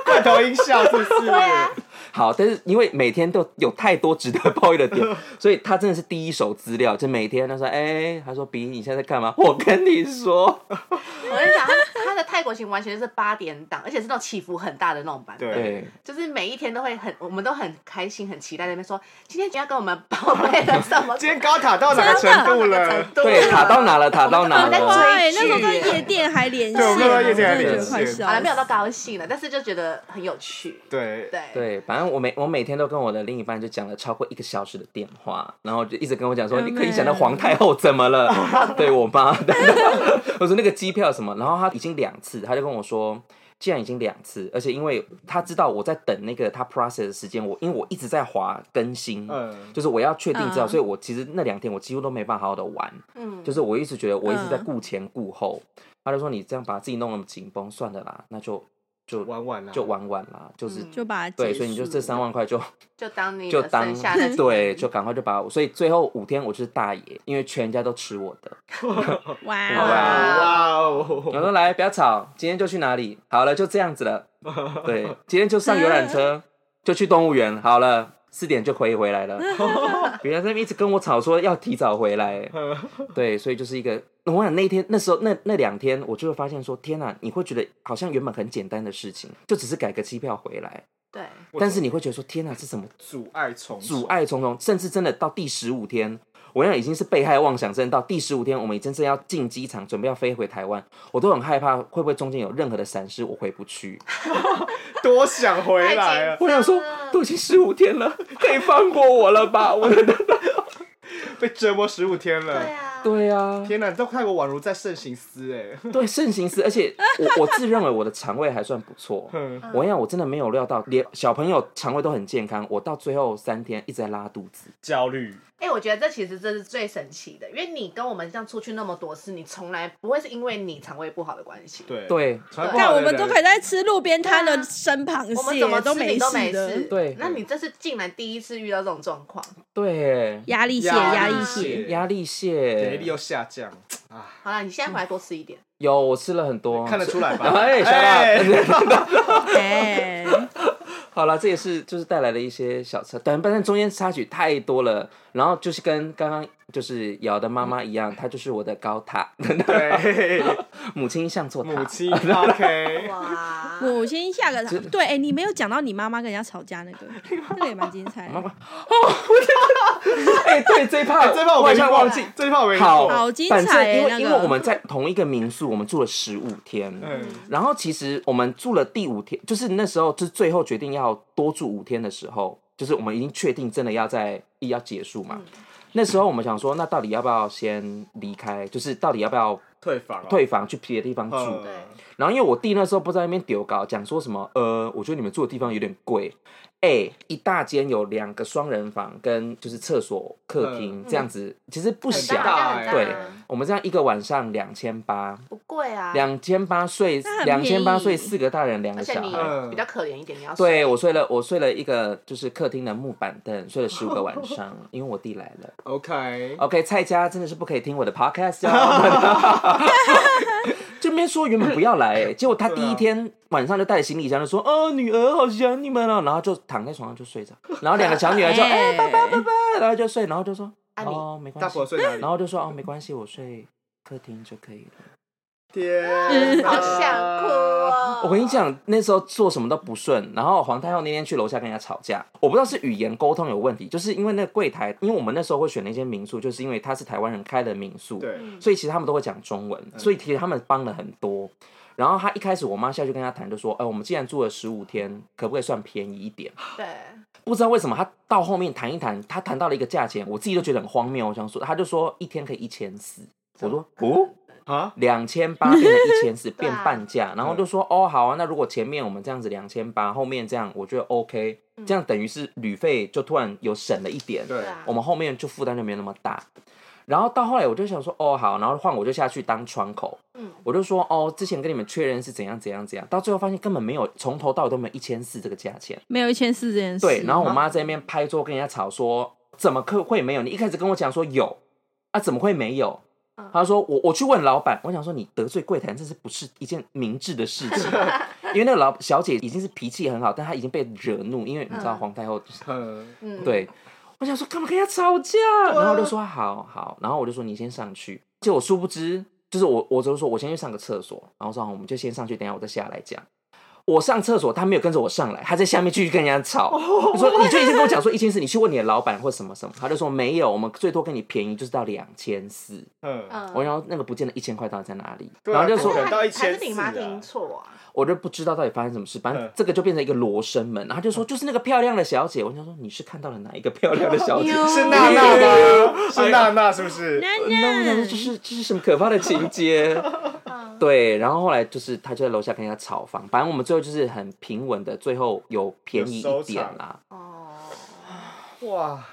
罐头音效是不是？
对啊，
好，但是因为每天都有太多值得抱怨的 点，所以他真的是第一手资料，就每天他说，哎、他说比你现在在干嘛？我跟你说，
我跟你讲，他他的泰国行完全是八点档，而且是那种起伏很大的那种版本，
对
对，
就是每一天都会很，我们都很开心、很期待在那边说，今天你要跟我们报备了什么？
今天高塔到哪个程度了？
对，卡到哪了？卡到哪
我在
了？
对，
追
哎那时候在
剧
夜店还连线，
对我
我
们在夜店还
真的觉
连
得快
线
笑
好了，没有
死
到高兴了，但是就觉得很有趣。
对，
对，
对，反正我每我每天都跟我的另一半就讲了超过一个小时的电话，然后就一直跟我讲说，
真的
你可以想到皇太后怎么了？ 对我妈， 我说那个机票什么，然后他已经两次，他就跟我说。既然已经两次，而且因为他知道我在等那个他 process 的时间，我因为我一直在滑更新，
嗯，
就是我要确定知道，
嗯
所以我其实那两天我几乎都没办法好好的玩，
嗯，
就是我一直觉得我一直在
嗯
顾前顾后，他就说你这样把自己弄那么紧绷，算了啦，那就就
玩完了，
就玩玩啦，就是、
嗯
就把它
对，
结
所以你就
束
这三万块就
就当你
就
的
当
剩下 的
对，就赶快就把我，所以最后五天我就是大爷，因为全家都吃我的。
哇
哇，
哇
我
哦，
说来不要吵，今天就去哪里？好了，就这样子了。对，今天就上游览车，
啊
就去动物园。好了，四点就可以回来 了。原来他们一直跟我吵说要提早回来。对，所以就是一个，我想那一天那时候那那两天，我就会发现说，天哪、你会觉得好像原本很简单的事情，就只是改个机票回来，
对，
但是你会觉得说，天哪、这什么
阻碍重重
阻碍重重，甚至真的到第十五天，我那已经是被害妄想症。到第十五天，我们真正要进机场，准备要飞回台湾，我都很害怕，会不会中间有任何的闪失，我回不去？
多想回来啊，
我想说，都已经十五天了，可以放过我了吧？我的，
被折磨十五天
对
了。
啊，
对啊，
天哪，你到泰国宛如在圣行司哎，
对，慎行思，而且我我自认为我的肠胃还算不错。
嗯
我跟你讲，我真的没有料到，连小朋友肠胃都很健康，我到最后三天一直在拉肚子。
焦虑，
哎、我觉得这其实这是最神奇的，因为你跟我们这样出去那么多次，你从来不会是因为你肠胃不好的关系。
对，
对，
传播
看
好
我
的
们都
人
可以在吃路边摊
对
的
啊
生螃
我们
蟹
怎么吃
没
你都没
的，，
事
对
那你这是竟然第一次遇到这种状况。
对，
压力蟹
压
压
力
力
蟹
蟹，
压力
免疫
蟹
力又下降，
好了，你现在回来多吃一点。
有，我吃了很多，
看得出来吧？
哦哎
哎
shut up
哎，
好了，这也是就是带来了一些小差，但但是中间插曲太多了。然后就是跟刚刚就是瑶的妈妈一样，她就是我的高塔，
哎对，
母亲像座塔。
母亲
嗯
OK，
哇，
母亲下个对，哎，你没有讲到你妈妈跟人家吵架那个，那个也蛮精彩的，
哎、对这一趴，
这怕我
好
没
像忘记。，
这怕我没
好，
好精彩哎
反正因为、
那个
因为我们在同一个民宿，我们住了十五天。
嗯，
然后其实我们住了第五天，就是那时候就是最后决定要多住五天的时候，就是我们已经确定真的要在要结束嘛。
嗯
那时候我们想说，那到底要不要先离开？就是到底要不要
退房，啊
退房去别的地方住？
嗯
对，
然后因为我弟那时候不知道在那边丢稿，讲说什么呃，我觉得你们住的地方有点贵，哎、一大间有两个双人房跟就是厕所、客厅、这样子，其实不
很大
小。
大很大
对，我们这样一个晚上两千八，
不贵啊。
两千八睡
那
两
很便
千
宜
八睡四个大人两
而
个
且
小
你
孩。
嗯
比较可怜一点，你要
对
睡
我睡了，我睡了一个就是客厅的木板凳，睡了十五个晚 上，因为我弟来了。
OK，
OK，蔡家真的是不可以听我的 podcast 哦。 这边说原本不要来、欸，结果他第一天晚上就带着行李箱就说：“哦，女儿好想你们哦。”然后就躺在床上就睡着，然后两个小女儿 就：“哎、
哎
爸爸爸爸。”然后就睡，然后就说：“
啊你
哦，没关
大
系
婆。睡哪”里
然？后就说：“哦，没关系，我睡客厅就可以了。
天哪，
嗯好想哭哦。
嗯我跟你讲，那时候做什么都不顺。然后皇太后那天去楼下跟人家吵架，我不知道是语言沟通有问题，就是因为那个柜台，因为我们那时候会选那些民宿，就是因为他是台湾人开的民宿，
对，
嗯
所以其实他们都会讲中文，所以其实他们帮了很多。然后他一开始，我妈下去跟他谈，就说：“哎、我们既然住了十五天，可不可以算便宜一点
对，？”
不知道为什么，他到后面谈一谈，他谈到了一个价钱，我自己都觉得很荒谬。我想说，他就说一天可以一千四，我说哦，
啊，
两千八变成一千四，
对
变
啊
半价，然后就说哦好啊，那如果前面我们这样子两千八，后面这样我觉得 OK，这
嗯
样等于是旅费就突然有省了一点，
对
对，啊
我。们后面就负担就没那么大。然后到后来我就想说哦好，然后换我就下去当窗口，
嗯
我就说哦之前跟你们确认是怎样怎样怎样，到最后发现根本没有，从头到尾都没有一千四这个价钱。
没有一千四这件事，
对，然后我妈在那边拍桌跟人家吵说，怎么可会没有？你一开始跟我讲说有，啊，怎么会没有？她说我我去问老板，我想说你得罪柜台真是不是一件明智的事情。因为那个老小姐已经是脾气很好，但她已经被惹怒，因为你知道
嗯
皇太后就是
嗯，
嗯，
对，我想说干嘛跟他吵架？
啊
然后我就说好好，然后我就说你先上去。结果殊不知，就是我我就说我先去上个厕所，然后说好我们就先上去，等一下我再下来讲。我上厕所，他没有跟着我上来，他在下面继续跟人家吵。
哦
我说你就已经跟我讲说一千四，你去问你的老板或什么什么，他就说没有，我们最多跟你便宜就是到两千四。
嗯，
我
嗯，
然后那个不见得一千块到底在哪里，
对
然
啊
后就
不
说
可能到
还
1400
是你妈
啊
听错啊？
我就不知道到底发生什么事，反正
嗯
这个就变成一个罗生门。然后他就说就是那个漂亮的小姐，我就想说你是看到了哪一个漂亮的小 姐？
是娜娜吗？是娜娜是不是？
哎
那我想说这是这是什么可怕的情节？对，然后后来就是他就在楼下跟人家吵翻，反正我们最后就是很平稳的，最后有便宜
有收
一
场
点啦。
哦，
哇，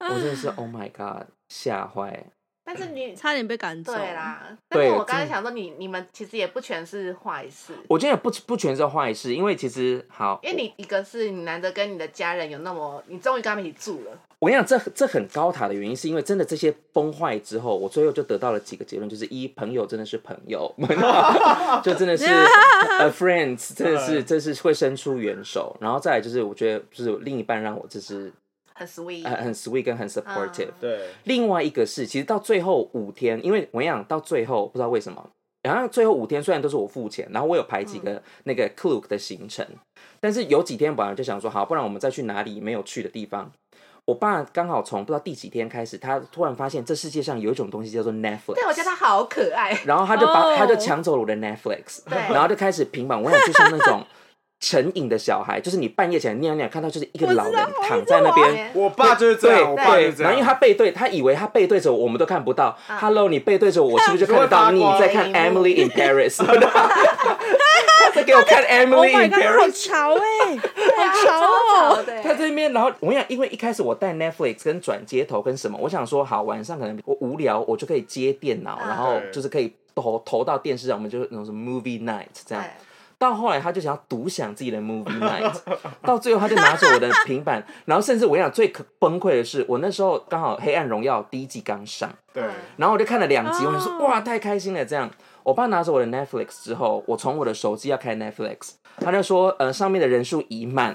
我真的是 Oh my God，吓坏！
但是你
差点被赶走。
对啦，但是
对
我刚才
真的
想说，你你们其实也不全是坏事，
我觉得也不不全是坏事，因为其实好，
因为你一个是你难得跟你的家人有那么，你终于跟他们一起住了，
我跟你讲，这这很高塔的原因，是因为真的这些崩坏之后，我最后就得到了几个结论，就是一，朋友真的是朋友， 就真的是呃 friends，真的是真是会伸出援手。然后再来就是，我觉得就是另一半让我就是
很 sweet，
很很 sweet 跟很 supportive。
嗯
对，
另外一个是，其实到最后五天，因为我跟你讲到最后不知道为什么，然后最后五天虽然都是我付钱，然后我有排几个那个 Klook 的行程，但是有几天本来就想说，好，不然我们再去哪里没有去的地方。我爸刚好从不知道第几天开始，他突然发现这世界上有一种东西叫做 Netflix。
对我觉得他好可爱，
然后他就把、
哦
他就抢走了我的 Netflix，
对
然后就开始平板，我想就像那种成瘾的小孩，就是你半夜起来尿尿，看到就是一个老人躺在那边，
我爸就是这
对
样，我爸就是
对，
这
然
样，
后因为他背对，他以为他背对着我，我们都看不到。
啊
Hello，你背对着我，我是不是就看得到
你
你
会发光
在看
哎
Emily in Paris？他在给我看
Oh
Emily
my
in
god，好
Paris。
潮 哎，好潮
超
哦！
吵的
他在那边，然后我想，因为一开始我带 Netflix 跟转接头跟什么，我想说好晚上可能我无聊，我就可以接电脑，
啊
然后
对
就是可以投投到电视上，我们就是那种什么 movie night 这样
对。
到后来，他就想要独享自己的 movie night，到 最后他就拿着我的平板，然后甚至我跟你讲最可崩溃的是，我那时候刚好《黑暗荣耀》第一季刚上，
对，
然后我就看了两集，
哦
我就
啊
说哇，太开心了！这样，我爸拿着我的 Netflix 之后，我从我的手机要开 Netflix，他就说呃上面的人数已 满，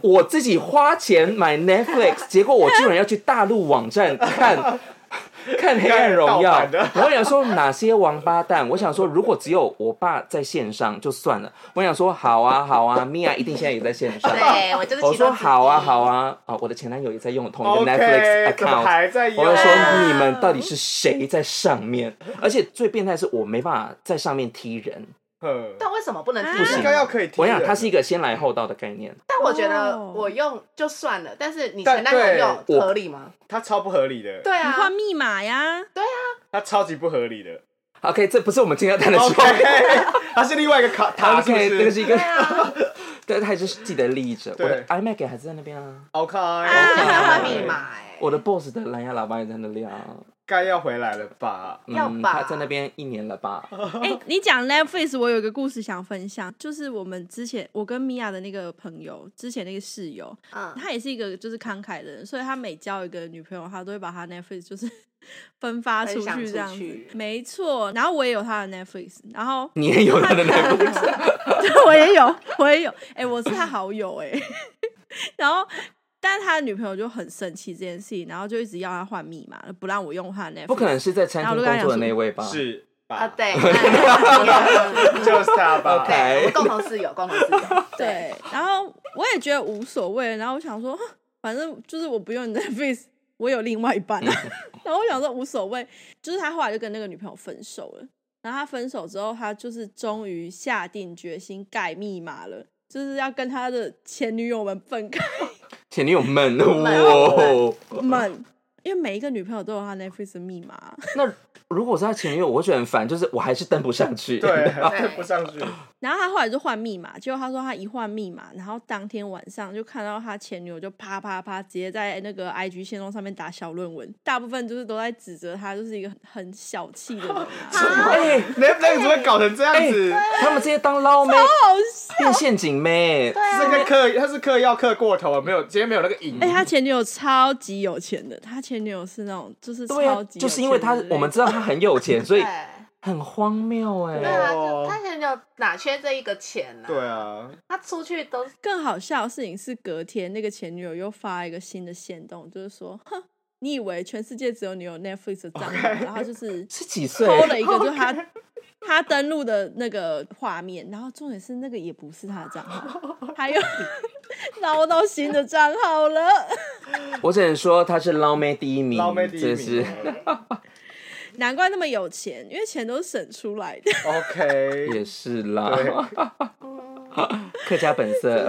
我自己花钱买 Netflix，结果我居然要去大陆网 站看。看《黑暗荣
看盗
耀
版》的，
然后我想说哪些王八蛋？我想说，如果只有我爸在线上就算了。我想说，好啊，好啊，米娅一定现在也在线上。
对我就是
我
其中
说
之一
好啊，好，啊，啊，我的前男友也在用同一个 Netflix
OK，怎
account，
么还在用？
我就
啊
说你们到底是谁在上面？而且最变态是我没办法在上面踢人，
嗯
但为什么不能
啊
听？
不行
应该要可以踢
我
人。
想它是一个先来后到的概念。
但我觉得
哦
我用就算了，但是你
但
前男友
对
用
我
合理吗？
它超不合理的，
对
你
啊，
换密码 呀？
它超级不合理的。
OK，这不是我们今天要谈的
OK，
事。
它是另外一个卡塔，是不
OK，这个
是
是一个，
对 啊，
但是还是记得立着。
对
我的 iMac 还是在那边啊，
？OK，
但是
对
还要
啊
换密码哎，
我的 Boss 的蓝牙喇叭也在那里啊。
该要回来了吧？
要
嗯，他
吧
在那边一年了吧？
哎、你讲 Netflix，我有一个故事想分享，就是我们之前我跟米娅的那个朋友，之前那个室友，
嗯，
他也是一个就是慷慨的人，所以他每交一个女朋友，他都会把他 Netflix 就是 分发出
分享
去
出
这样
去
子，没错。然后我也有他的 Netflix，然后
你也有他 的那个
对，我也有，我也有。哎、我是他好友哎、 然后，但是他的女朋友就很生气这件事情，然后就一直要他换密码，不让我用他的 Netflix。
不可能是在餐厅工作的那位吧？
是
啊
吧？，
对，嗯
就是它吧。
OK
对，我共同室友，共同室友，
对，然后我也觉得无所谓，然后我想说，哼反正就是我不用你的 face，我有另外一半、啊，
嗯
然后我想说无所谓，就是他后来就跟那个女朋友分手了，然后他分手之后，他就是终于下定决心改密码了。就是要跟他的前女友们分开
前女友们
们
哇！哦
们，因为每一个女朋友都有他 Netflix 的密码，
那如果是他前女友，我会觉得很烦，就是我还是登不上去。
对，它 不上去。
然后他后来就换密码，结果他说他一换密码，然后当天晚上就看到他前女友就啪啪啪，直接在那个 IG 线动上面打小论文，大部分就是都在指责他就是一个很很小气的人、 啊，
哎、
Netflix 怎么会搞成这样子？
他们这些当捞妹
好笑。
变陷阱妹，
啊
这个嗑，它是嗑药嗑过头了，没有今天没有那个瘾
哎、。他前女友超级有钱的，他前女友是那种就是
对啊
超，级有钱的
就是因为他
人
我们知道他很有钱，所以
对
很荒谬哎、
对啊，就他现在就哪缺这一个钱呢、
对，啊，
他出去都是
更好笑的事情是，隔天那个前女友又发一个新的线动，就是说，哼，你以为全世界只有你有 Netflix 的账号
OK
然后就是
是几岁？
偷了一 个，就是他他登录的那个画面，然后重点是那个也不是他的账 号，他又 捞到新的账号了。
我只能说他是捞妹第一名，
捞妹第一
真是
名。
难怪那么有钱，因为钱都是省出来 的。
OK，
也是啦，
对，
客家本色，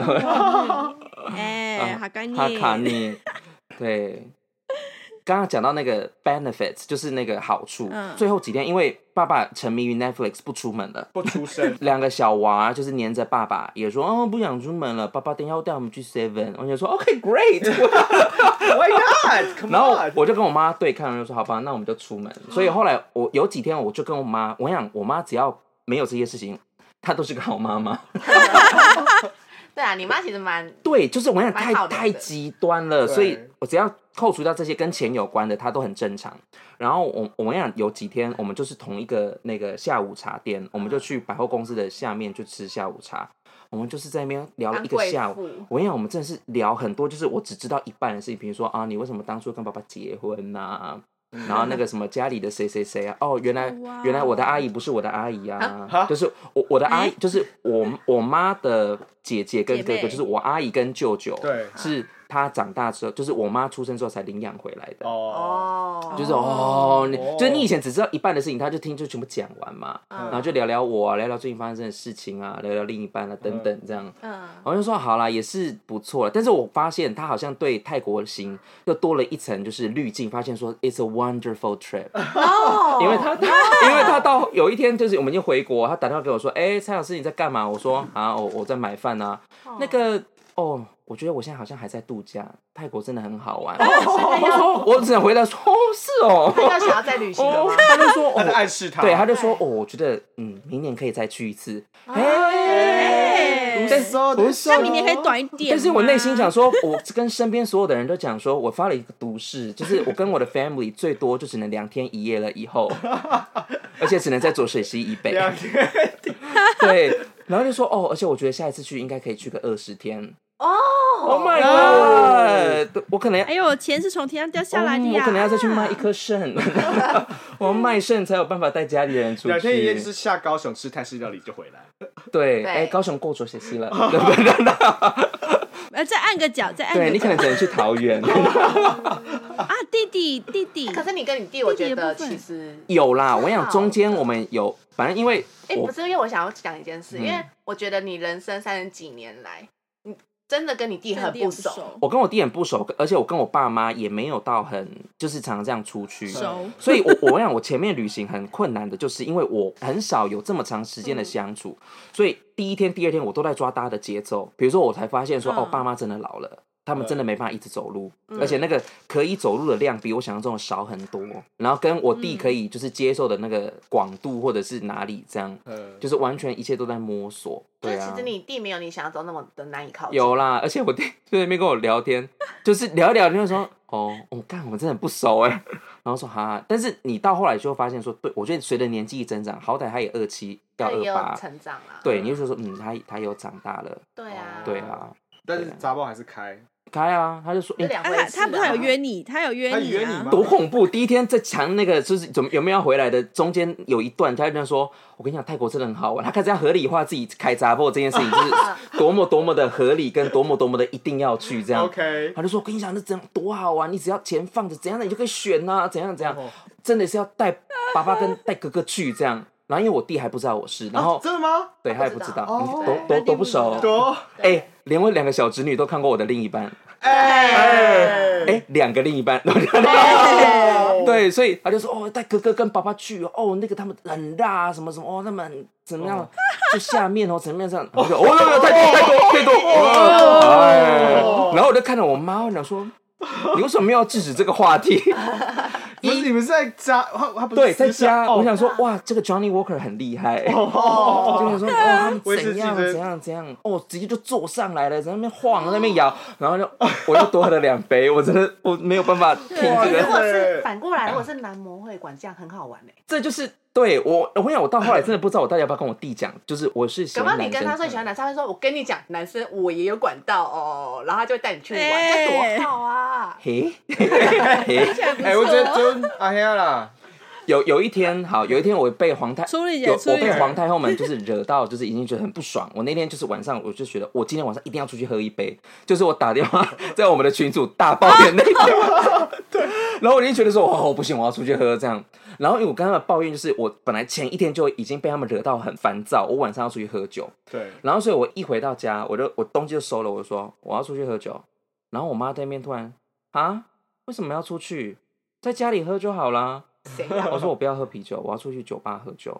哎，哈干
哈啊卡
你，
尼，对。刚刚讲到那个 benefits，就是那个好处。
嗯
最后几天，因为爸爸沉迷于 Netflix 不出门了，。
不出声
两个小娃就是黏着爸爸，也说哦不想出门了，爸爸等一下要带我们去 Seven。我就说 OK great，
Why not？
然后我就跟我妈对抗，就说好吧，那我们就出门。所以后来我有几天我就跟我妈，我想我妈只要没有这些事情，她都是个好妈 妈。
对啊，你妈其实蛮
对，就是我想
蛮
太
好的
太极端了，
对
所以我只要扣除掉这些跟钱有关的，它都很正常。然后我我们想有几天，我们就是同一个那个下午茶店，我们
嗯
就去百货公司的下面去吃下午茶。我们就是在那边聊了一个下
当
午
贵妇，
我跟你讲，我们真的是聊很多，就是我只知道一半的事情，比如说啊，你为什么当初跟爸爸结婚呐、然后那个什么家里的谁谁谁啊，哦，原来
哇
原来我的阿姨不是我的阿姨啊，
啊
就是我我的阿姨
哎
就是我我妈的姐姐跟
姐
哥
妹
哥，就是我阿姨跟舅舅，
对
是她长大之后，就是我妈出生之后才领养回来的。
哦，
哦，
就是哦，你
哦
就是你以前只知道一半的事情，她就听就全部讲完嘛，
嗯
然后就聊聊我啊，聊聊最近发生的事情啊，聊聊另一半啊等等这样。
嗯，
我就说好啦，也是不错了。但是我发现他好像对泰国行又多了一层就是滤镜，发现说 it's a wonderful trip，
哦，
因为他 因为他到有一天就是我们已经回国，他打电话给我说，哎、蔡老师你在干嘛？我说啊，我我在买饭啊。那个哦，我觉得我现在好像还在度假，泰国真的很好玩。
哦
我说我只能回答说哦是哦，
他要想要再旅行了
哦
吗？
他就说
他在
哦。
暗示他，
对，他就说哦，我觉得嗯，明年可以再去一次。
哦
哎
但是
说
不
是
那明年可以短一点吗。
但是我内心想说，我跟身边所有的人都讲说，我发了一个毒誓，就是我跟我的 family 最多就只能两天一夜了，以后，而且只能在浊水溪以北。
两天，
对，然后就说哦，而且我觉得下一次去应该可以去个二十天。
哦，
Oh my god！我可能要
哎呦，钱是从天上掉下来啊的
嗯我
呀！
可能要再去卖一颗肾，我要卖肾才有办法带家里人出
两天一夜
去
是。下高雄吃泰式料理就回来，
对，
对
哎，高雄够浊水 溪了，对不对？
呃，再按个脚，再按
对
个
你可
脚
能只能去桃 园。
啊，弟弟弟弟。
可是你跟你弟，我觉
弟弟的
得
部分
其实
有啦，我
好
想中间我们有，反正因为
哎、
我
不是，因为我想要讲一件事，因为
嗯
我觉得你人生三十几年来，你真的跟你弟
真的
很
有点
不
不
熟，
熟，
我跟我弟很不熟，而且我跟我爸妈也没有到很就是常常这样出去，
熟
所以我我想我前面旅行很困难的，就是因为我很少有这么长时间的相处，
嗯
所以第一天、第二天我都在抓大家的节奏。比如说，我才发现说，
嗯
哦，爸妈真的老了。他们真的没办法一直走路，
嗯
而且那个可以走路的量比我想象中的少很多。然后跟我弟可以就是接受的那个广度或者是哪里这样，
嗯，
就是完全一切都在摸索。
就是
对啊，
其实你弟没有你想象中那么的难以靠近。
有啦，而且我弟 就在那边跟我聊天，就是聊一聊天就说，哦，我、干，我们真的很不熟哎。然后说哈，但是你到后来就会发现说，对我觉得随着年纪增长，好歹他也二七要
他
二
也有
八，
成长啊。
对，你就觉得说，嗯，他他有长大了，
对啊，
对啊，
但是杂包还是开，
开啊，他就说，
这
哎、
两回
啊
事、
他他不是还有约？你，他有约
他
你
约你
啊
吗？
多恐怖！第一天在抢那个，就是怎么有没有要回来的，中间有一段，他就这样说：“我跟你讲，泰国真的很好玩。”他开始要合理化自己开杂货这件事情，就是多么多么的合理，跟多么多么的一定要去这样。
OK，
他就说：“我跟你讲，那怎样多好玩！你只要钱放着，怎样的你就可以选呐、怎样怎样
哦，
真的是要带爸爸跟带哥哥去这样。”然后因为我弟还不知道我是，然后、
啊真的吗？
对
他
他也
不
哦不
知
知
道
道，
哦
嗯都
对
都都不熟。
多
哎、连我两个小侄女都看过我的另一半，
哎
哎、两个另一半。
哦
对，所以他就说哦，带哥哥跟爸爸去哦哦，那个他们很辣，什么什么哦，他们很怎么样，就下面哦，怎么样 这样，我就哦，太多太多太多，哦哎，然后我就看着我妈，我想说，你为什么要制止这个话 题？
不是你们是在家，他他不是
对，在
私下
家，
哦
我想说哇，这个 Johnny Walker 很厉害，
哦
就想说哦，他们
威士
怎
忌
样
的
怎样怎样，哦，直接就坐上来了，在那边晃，在那边 摇，然后就我又多喝了两杯，我真的我没有办法听
哇
这
如
个，啊
果是反过来，如果是男模会馆，这样很好玩哎、
这就是对我，我跟你讲，我到后来真的不知道我到底要不要跟我弟讲，就是我是喜
搞
欢
不好
男
你
生。啊
跟他说你喜欢男生，他会说：“我跟你讲，男生我也有管道哦。”然后他就会带你去玩，
哎
这多好啊！
嘿， 嘿，
听起来不
哎、我觉得
错哦。
就阿黑啊啦，
有有一天，好，有一天我被皇太，
处理姐
有
处理
我被
姐
皇太后们就是惹到，就是已经觉得很不爽。我那天就是晚上，我就觉得我今天晚上一定要出去喝一杯，就是我打电 话在我们的群组大抱怨那一天。对， 然后我已经觉得说，哦，不行，我要出去喝这样。然后因为我跟他们抱怨，就是我本来前一天就已经被他们惹到很烦躁，我晚上要出去喝酒，
对，
然后所以我一回到家，我就我东西就收了，我就说我要出去喝酒。然后我妈在那边突然啊，为什么要出去？在家里喝就好啦。
谁啊呀？
我说我不要喝啤酒，我要出去酒吧喝酒，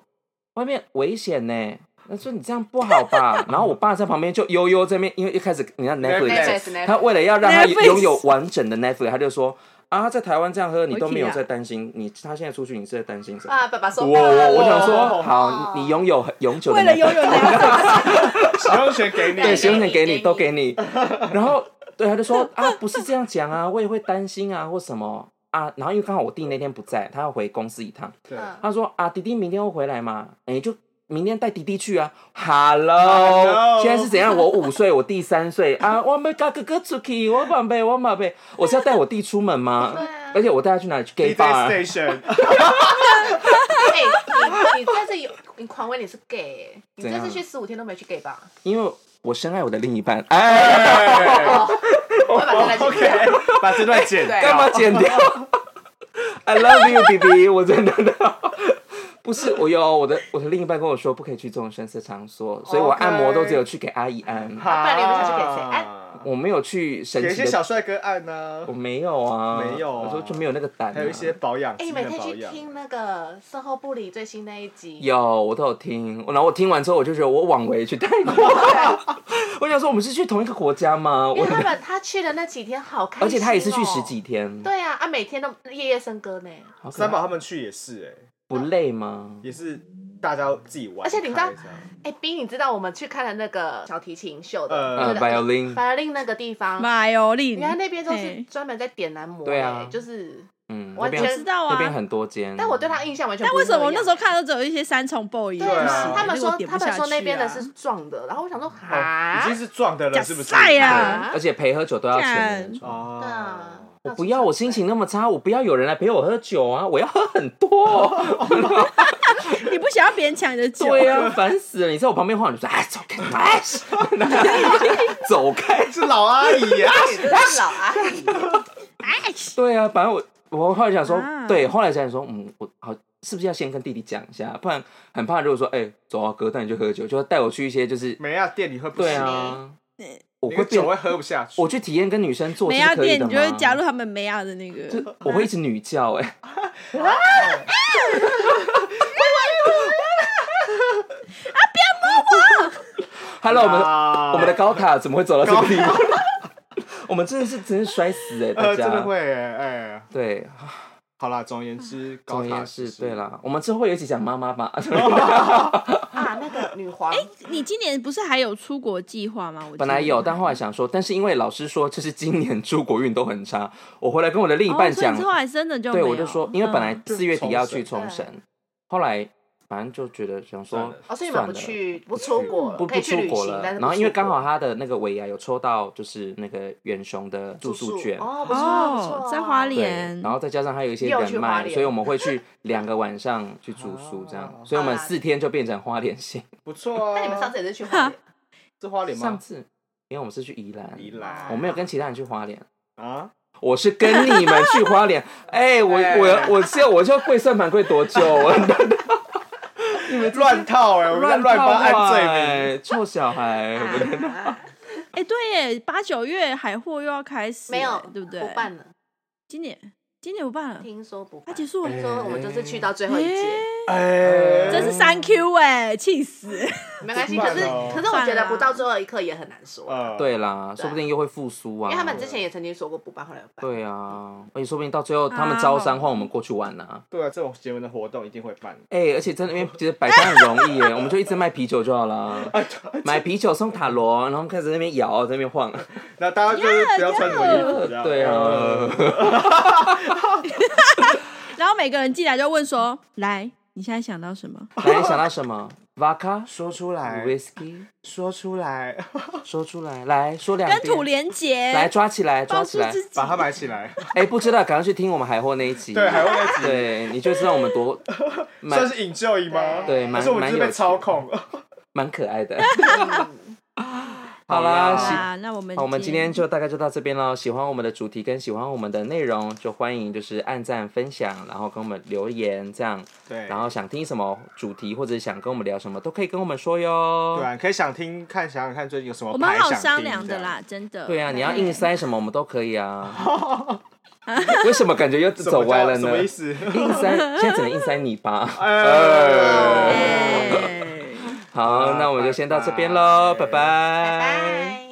外面危险呢。他说你这样不好吧？然后我爸在旁边就悠悠这边，因为一开始你看
Netflix
Netflix，
Netflix
他为了要让他
Netflix
拥有完整的 Netflix，他就说啊，在台湾这样喝你都没有
Wikia
在担心，你他现在出去你是在担心什么？
啊，爸爸说啊
我我
我想
哦
说，好，你你拥有永久的
为了
Netflix，
拥有两
使用权给你，
对，使用权给
给
你
你
都给你。然后对他就说啊，不是这样讲啊，我也会担心啊，或什么啊。然后因为刚好我弟那天不在，他要回公司一趟，
嗯
对，
他说啊，弟弟明天会回来嘛，你就明天带弟弟去啊。Hello，,
Hello
现在是怎样？我五岁，我弟三岁啊，我没跟哥哥出去，我宝贝，我宝贝，我是要带我弟出门吗？
对啊
而且我带他去哪里？去 gay
DJ
bar 啊。
station，
哎，你你这次有你狂威你是 gay，欸你
怎
这
样
次去十五天都没去 gay 吧？
因为我深爱我的另一半， 哎，
哎
哦
我会把这段剪掉
OK，把这段剪
对
干嘛
掉。
剪掉 ？I love you, baby，我真的的。不是，我有我的我的另一半跟我说不可以去这种深色场所，所以我
OK
按摩都只有去给阿姨按，
好
不然你们下去给谁哎
按？
我没有去神
给一
奇
些
的
小帅哥按呢
我，没有啊，
没有啊
我说就没有那个胆、啊。
还有一些保养，
哎，
基
你
本
们可以
保
去
养。
听那个《售后不理》最新那一集。
有，我都有听。然后我听完之后，我就觉得我往回去泰 国。
啊
我想说，我们是去同一个国家吗？
因
我
为他们他去的那几天好开心、
而
哦，
且他也是去十。几天，
对啊，啊，每天都夜夜笙歌呢。
好可爱
三宝他们去也是，哎，
不累吗？
也是大家自己玩
而
开
且
这
你知
样。
道哎、冰，你知道我们去看的那个小提琴秀的，
呃
嗯
那个
，violin，
法令那个地方，
马油令，
原来那边都是
嘿
专门在点男模、欸
对啊
就是。
嗯，那
完全
我
边
知道
那边
啊。
很多间。
但我对他印象完全
但
不
为
是
什么
那
那时候看到只有一些三重 boy
对
而已
啊
对，啊
他们说
那个点
他
不下
们
去啊
说那边的是撞的，然后我想说哈
哦，已经是撞的了，是不是？
假赛
对
啊
而且陪喝酒都要钱的那
干
种。
啊那
哦，
我不要，我心情那么差，我不要有人来陪我喝酒啊！我要喝很多。
你不想要别人抢你的酒，
对啊，烦死了！你在我旁边晃，你就说哎，走开，哎， 走开。
是老阿姨啊。
你真是 老阿姨，
哎，
对啊，反正我我后来想说，
啊
对，后来想说，嗯，我好是不是要先跟弟弟讲一下，不然很怕如果说，哎、走啊，哥带你去喝酒，就要带我去一些就是，
没啊，店里喝不
对
起，
啊，我
嗯
你
会
的酒会
变，
喝不下去。
我去体验跟女生做
梅
这
亚
是可以
店，
的
你
吗？
就会加入他们梅亚的那
就
个，
我会一直女 叫、哎，
哦
啊，不要摸我！Hello，我们的
啊
我们的高塔怎么会走到这个地方？我们真的是真是摔死哎、大
呃，
家、
真的会哎哎。
对，
好啦，总而言之，高
啊总而
塔
言之，
其实
对，啦，我们之后会有一起讲妈妈吧。
啊，那个女皇，
你今年不是还有出国计划吗？我记得
本来有，但后来想说，但是因为老师说，就是今年出国运都很差，我回来跟我的另一半
哦所以
讲，
你之后还真的就
对
没有
我就说，因为本来
嗯
四月底要去冲
冲绳
绳，后来反正就觉得想
算
说
了，
哦，所以你
算
们不
了
去不出国了，
不
可以
不
去
出
旅
国
行
了，，
但是
然
不
后因为
出
刚好
国
他的那个尾牙有抽到就是那个远雄的住宿券，
哦，不错不
哦
错，，
在花
对
莲，
然后再加上还有一些
又
人
去花
脉，
莲
所以我们会 去两个晚上去住宿，这样，
哦
所以我们
好啦
四天就变成花莲行。
不错啊。
那你们上次也是去花莲，
是花莲
上
吗？
次因为我们是去宜兰，
宜兰
我没有跟其他人去花莲，
啊，
我是跟你们去花 莲。哎、我
哎
我我是我就跪算盘跪 多久？我
你们乱套哎，我们在乱
套
帮按罪
话
名。
哎臭小孩！我们
啊
哎，对耶，八九月海货又要开始耶，
没有
对不对？
不办了，
今年今年不办了，
听说不
它
办，
结束了，
听说我们就是去到最后一
哎
届。
哎，
真是三 Q 哎，气死！
没关系，
怎么
可
办
是
哦
可是我觉
算了
得
啦
不到最后一刻也很难说，
呃，
对啦，说不定又会复苏啊。
因为他们之前也曾经说过不办，后来有办。
对啊，而且说不定到最后他们招商换我们过去玩啊。
对啊，这种结婚的活动一定会办。
哎、而且真的因为其实摆摊很 容易耶，我们就一直卖啤酒就好了。
哎
买啤酒送塔罗，然后开始在那边摇，在那边晃。
那大家就是不要穿什么衣服，这样
对 啊，
然后每个人进来就问说：“来，你现在想到什么？
来，你想到什么？Vodka、
说出来，
Whisky，
说出来，
说出来，来说两
跟
遍。
土连结，
来抓起来，抓
帮
起
助
来。
自己
把。它埋起来。
哎、不知道，赶快去听我们海货那一集。
对，还会那集
对，你就知道我们 多蛮
算是 enjoy 吗？
对
还
蛮
是我们
蛮
就是
有
被操
趣
控？
蛮可爱的。
嗯
好
好
啦
啦，
好
喜
啦，啊那我们
好，我们今天就大概就到这边喽。喜欢我们的主题跟喜欢我们的内容，就欢迎就是按赞、分享，然后跟我们留言这样。
对，
然后想听什么主题，或者想跟我们聊什么，都可以跟我们说哟
对。啊，可以想听看，想想看最近有什么
我们
牌
好
想
商
听
量的
这样。
啦，真的。
对啊，你要硬塞什么，我们都可以 啊。为什么感觉又
什么
走歪
叫
了
什
呢
么？意思？
硬塞，现在只能硬塞你吧。
哎
哎。
好，那我们就先到这边喽，拜拜。
拜拜。